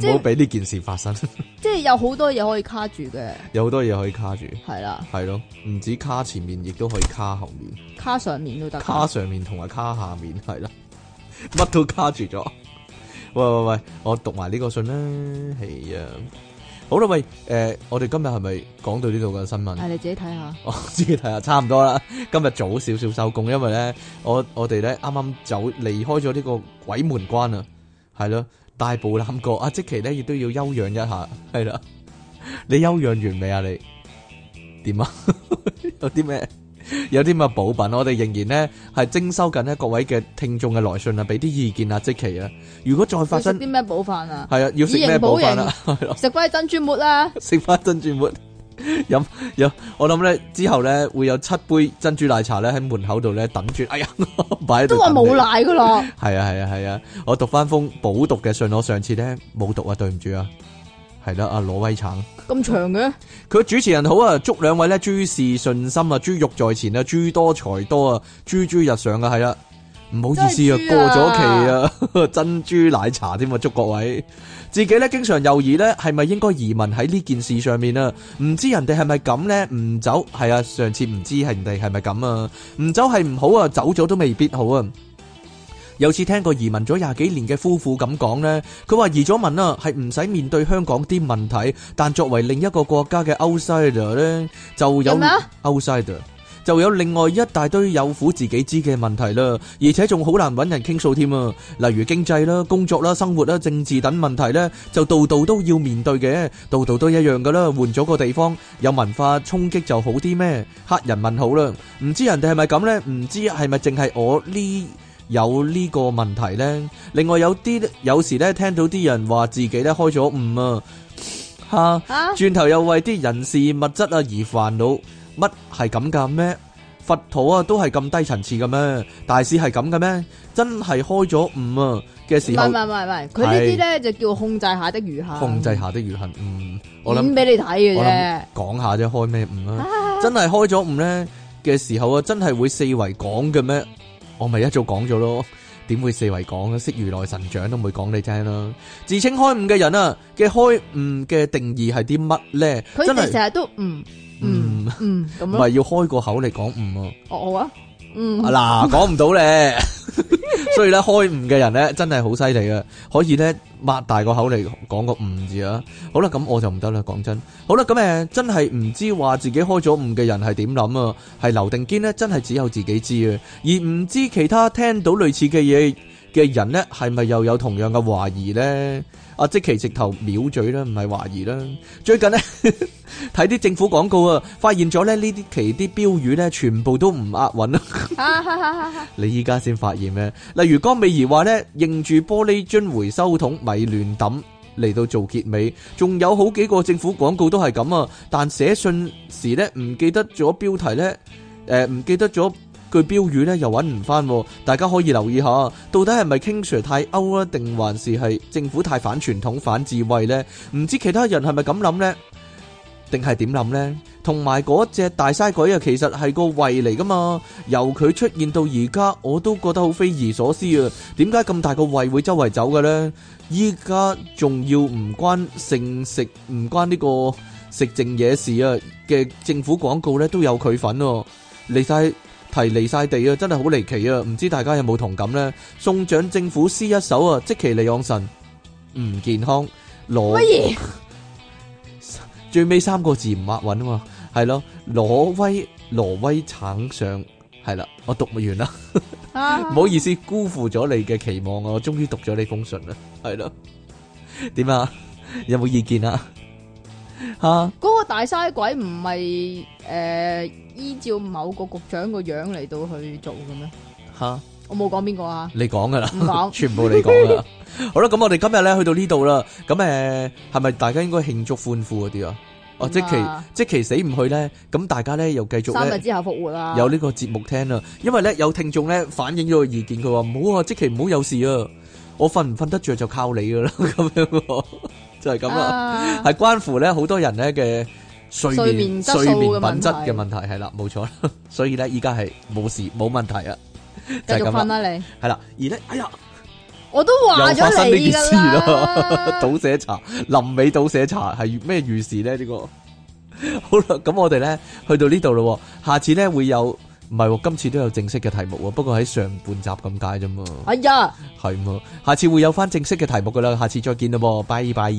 [SPEAKER 2] 即
[SPEAKER 1] 唔
[SPEAKER 2] 係
[SPEAKER 1] 好俾呢件事發生。 <laughs>
[SPEAKER 2] 即係有好多嘢可以卡住嘅，
[SPEAKER 1] 有好多嘢可以卡住，
[SPEAKER 2] 係啦，
[SPEAKER 1] 係咯，唔止卡前面，亦都可以卡後面。
[SPEAKER 2] 卡上面都得㗎。
[SPEAKER 1] 卡上面同埋卡下面系啦，乜都卡住咗。喂喂喂，我讀埋呢個信啦，係啊。好啦，喂，诶、我哋今日係咪講到呢度嘅新聞？
[SPEAKER 2] 係你自己睇下。
[SPEAKER 1] <laughs> 我自己睇下，差唔多啦。今日早少少收工，因為咧，我我哋咧啱啱走離開咗呢個鬼門關啊，係咯，大步攬過。啊阿即奇咧亦都要休養一下，係啦。你休養完未啊？你點啊？ <laughs> 有啲咩？有啲咩補品？我哋仍然咧係徵收緊咧各位嘅聽眾嘅來信啊，俾啲意見啊，即奇啊。如果再發
[SPEAKER 2] 要食
[SPEAKER 1] 生
[SPEAKER 2] 啲咩補飯
[SPEAKER 1] <laughs>
[SPEAKER 2] 啊？
[SPEAKER 1] 係啊，要食咩補品啊？係咯。
[SPEAKER 2] 食翻啲珍珠
[SPEAKER 1] <laughs>
[SPEAKER 2] 末啦，
[SPEAKER 1] 食翻珍珠末，飲飲，我諗咧之後咧會有七杯珍珠奶茶咧喺門口度咧等住，哎呀， <laughs> 擺喺度
[SPEAKER 2] 都話
[SPEAKER 1] 等
[SPEAKER 2] 冇
[SPEAKER 1] 你。
[SPEAKER 2] 奶噶
[SPEAKER 1] <laughs>
[SPEAKER 2] 咯，
[SPEAKER 1] 係啊係啊係啊，我讀翻封補讀嘅信，我上次咧冇讀啊，對唔住啊。係啦，阿挪威橙，
[SPEAKER 2] 咁長嘅，
[SPEAKER 1] 佢主持人好啊，祝兩位咧諸事順心啊，豬肉在前啊，豬多財多啊，豬豬日上啊，係啦。唔好意思啊，
[SPEAKER 2] 真係豬
[SPEAKER 1] 過咗
[SPEAKER 2] 啊
[SPEAKER 1] 期啊， <laughs> 珍珠奶茶添啊，祝各位自己咧經常猶豫咧，係咪應該移民喺呢件事上面啊？唔知人哋係咪咁咧？唔走係啊，上次唔知人哋係咪咁啊？唔走係唔好啊，走咗都未必好啊。有次聽過移民咗廿幾年嘅夫婦咁講呢，佢話移咗民啊，係唔使面對香港啲問題，但作為另一個國家嘅 outsider 呢，就有
[SPEAKER 2] 有咩啊
[SPEAKER 1] outsider。就有另外一大堆有苦自己知嘅問題啦，而且仲好難揾人傾訴添啊！例如經濟啦、工作啦、生活啦、政治等問題呢，就度度都要面對嘅，度度都一樣噶啦。換咗個地方，有文化衝擊就好啲咩？黑人問好啦，唔知人哋係咪咁呢？唔知係咪淨係我呢？有呢個問題呢？另外有啲有時呢，聽到啲人話自己呢開咗悟啊，嚇、 <laughs>
[SPEAKER 2] 啊，
[SPEAKER 1] 轉頭又為啲人事物質啊而煩惱，乜係咁噶咩？佛陀啊都係咁低層次嘅咩？大師係咁嘅咩？真係開咗悟啊嘅
[SPEAKER 2] 唔
[SPEAKER 1] 時
[SPEAKER 2] 係唔
[SPEAKER 1] 候，
[SPEAKER 2] 係唔係唔係，佢呢啲咧就叫控制下的餘下，
[SPEAKER 1] 控制下的餘恨。嗯，我
[SPEAKER 2] 演
[SPEAKER 1] 諗
[SPEAKER 2] 俾你睇嘅
[SPEAKER 1] 我諗
[SPEAKER 2] 啫。
[SPEAKER 1] 講下啫，開咩悟啊？
[SPEAKER 2] 啊
[SPEAKER 1] 真係開咗悟呢嘅時候啊，真係會四圍講嘅咩？我咪一早講咗咯，點會四圍講啊？識如來神掌都唔會講你聽啦。自稱開悟嘅人啊嘅開悟嘅定義係啲乜呢？
[SPEAKER 2] 佢
[SPEAKER 1] 真
[SPEAKER 2] 哋
[SPEAKER 1] 係
[SPEAKER 2] 成日都唔
[SPEAKER 1] 嗯
[SPEAKER 2] 嗯嗯咁
[SPEAKER 1] 唔
[SPEAKER 2] 咯
[SPEAKER 1] 係，要開個口嚟講悟啊！
[SPEAKER 2] 我我啊，嗯
[SPEAKER 1] 啊嗱，講唔到咧，所以咧開悟嘅人咧真係好犀利嘅，可以咧擘大個口嚟講個誤字啊！好啦，咁我就唔得啦，講真。好啦，咁誒真係唔知話自己開咗誤嘅人係點諗啊？係劉定堅呢，真係只有自己知啊，而唔知其他聽到類似嘅嘢嘅人呢，係咪又有同樣嘅懷疑呢？阿即其直頭秒嘴啦，唔係懷疑啦。最近呢， <laughs> 睇啲政府廣告啊，發現咗咧呢啲期啲標語呢，全部都唔押韻啊！
[SPEAKER 2] 哈哈哈哈
[SPEAKER 1] 你依家先發現咩？例如江美儀話咧，認住玻璃樽回收桶咪亂抌嚟到做結尾，仲有好幾個政府廣告都係咁啊！但寫信時咧唔記得咗標題咧，誒、唔記得咗句標語咧又揾唔翻，大家可以留意下，到底係咪 King Sir 太歐啊，定還是係政府太反傳統、反智慧呢？唔知其他人係咪咁諗呢？定係點諗呢？同埋嗰只大嘥鬼啊，其實係個胃嚟噶嘛。由佢出現到而家，我都覺得好匪夷所思啊！點解咁大個胃會周圍走嘅呢？依家仲要唔關性食，唔關呢個食剩嘢事啊嘅政府廣告呢，都有佢份喎、離晒題離晒地啊，真係好離奇啊！唔知大家有冇同感呢？送獎政府詩一首啊，即其利昂神唔健康攞。
[SPEAKER 2] 乜嘢？
[SPEAKER 1] 最尾三個字唔押韻啊嘛，係咯，挪威挪威橙上係啦，我讀完啦，唔
[SPEAKER 2] 啊
[SPEAKER 1] 好意思辜負咗你嘅期望啊，我終於讀咗呢封信啦，係咯，點啊？有冇意見啊？吓，
[SPEAKER 2] 嗰個大嘥鬼唔係诶依照某個局長個樣嚟到去做嘅咩？
[SPEAKER 1] 吓，
[SPEAKER 2] 我冇講邊個啊，
[SPEAKER 1] 你講噶啦。
[SPEAKER 2] 唔講。
[SPEAKER 1] <laughs> 全部你講啦。好啦，咁我哋今日咧去到呢度啦。咁誒係咪大家應該慶祝歡呼嗰啲啊？哦，即
[SPEAKER 2] 咁
[SPEAKER 1] 期
[SPEAKER 2] 啊
[SPEAKER 1] 即期死唔去咧，咁大家咧又繼續
[SPEAKER 2] 三
[SPEAKER 1] 咧
[SPEAKER 2] 日。之後復活啊啦。
[SPEAKER 1] 有呢個節目聽啦，因為咧有聽眾咧反映咗個意見，佢話唔好啊，即期唔好有事啊，我瞓唔瞓得着就靠你噶啦， <laughs> 咁樣喎就係咁啦，
[SPEAKER 2] 啊
[SPEAKER 1] 係關乎咧好多人咧嘅睡
[SPEAKER 2] 睡
[SPEAKER 1] 眠
[SPEAKER 2] 眠質素
[SPEAKER 1] 睡
[SPEAKER 2] 嘅
[SPEAKER 1] 眠品質
[SPEAKER 2] 問題
[SPEAKER 1] 嘅問題係啦，冇錯 <laughs> 啦，所以咧依家係冇事冇問題啊，
[SPEAKER 2] 繼
[SPEAKER 1] 就係
[SPEAKER 2] 續
[SPEAKER 1] 咁
[SPEAKER 2] 瞓
[SPEAKER 1] 啦，
[SPEAKER 2] 啦你。
[SPEAKER 1] 係啦，而咧哎呀。
[SPEAKER 2] 我都話
[SPEAKER 1] 又發生
[SPEAKER 2] 咗
[SPEAKER 1] 呢
[SPEAKER 2] 你
[SPEAKER 1] 件
[SPEAKER 2] 㗎
[SPEAKER 1] 事啦，<laughs>
[SPEAKER 2] 啦。
[SPEAKER 1] 倒寫茶，臨尾倒寫茶係咩預示咧？呢、個 <laughs> 好啦，咁我哋咧去到呢度咯喎，下次咧會有唔係喎，今次都有正式嘅題目喎，不過喺上半集咁解啫嘛，
[SPEAKER 2] 哎呀！
[SPEAKER 1] 係嘛？下次會有翻正式嘅題目噶啦，下次再見啦噃，拜拜。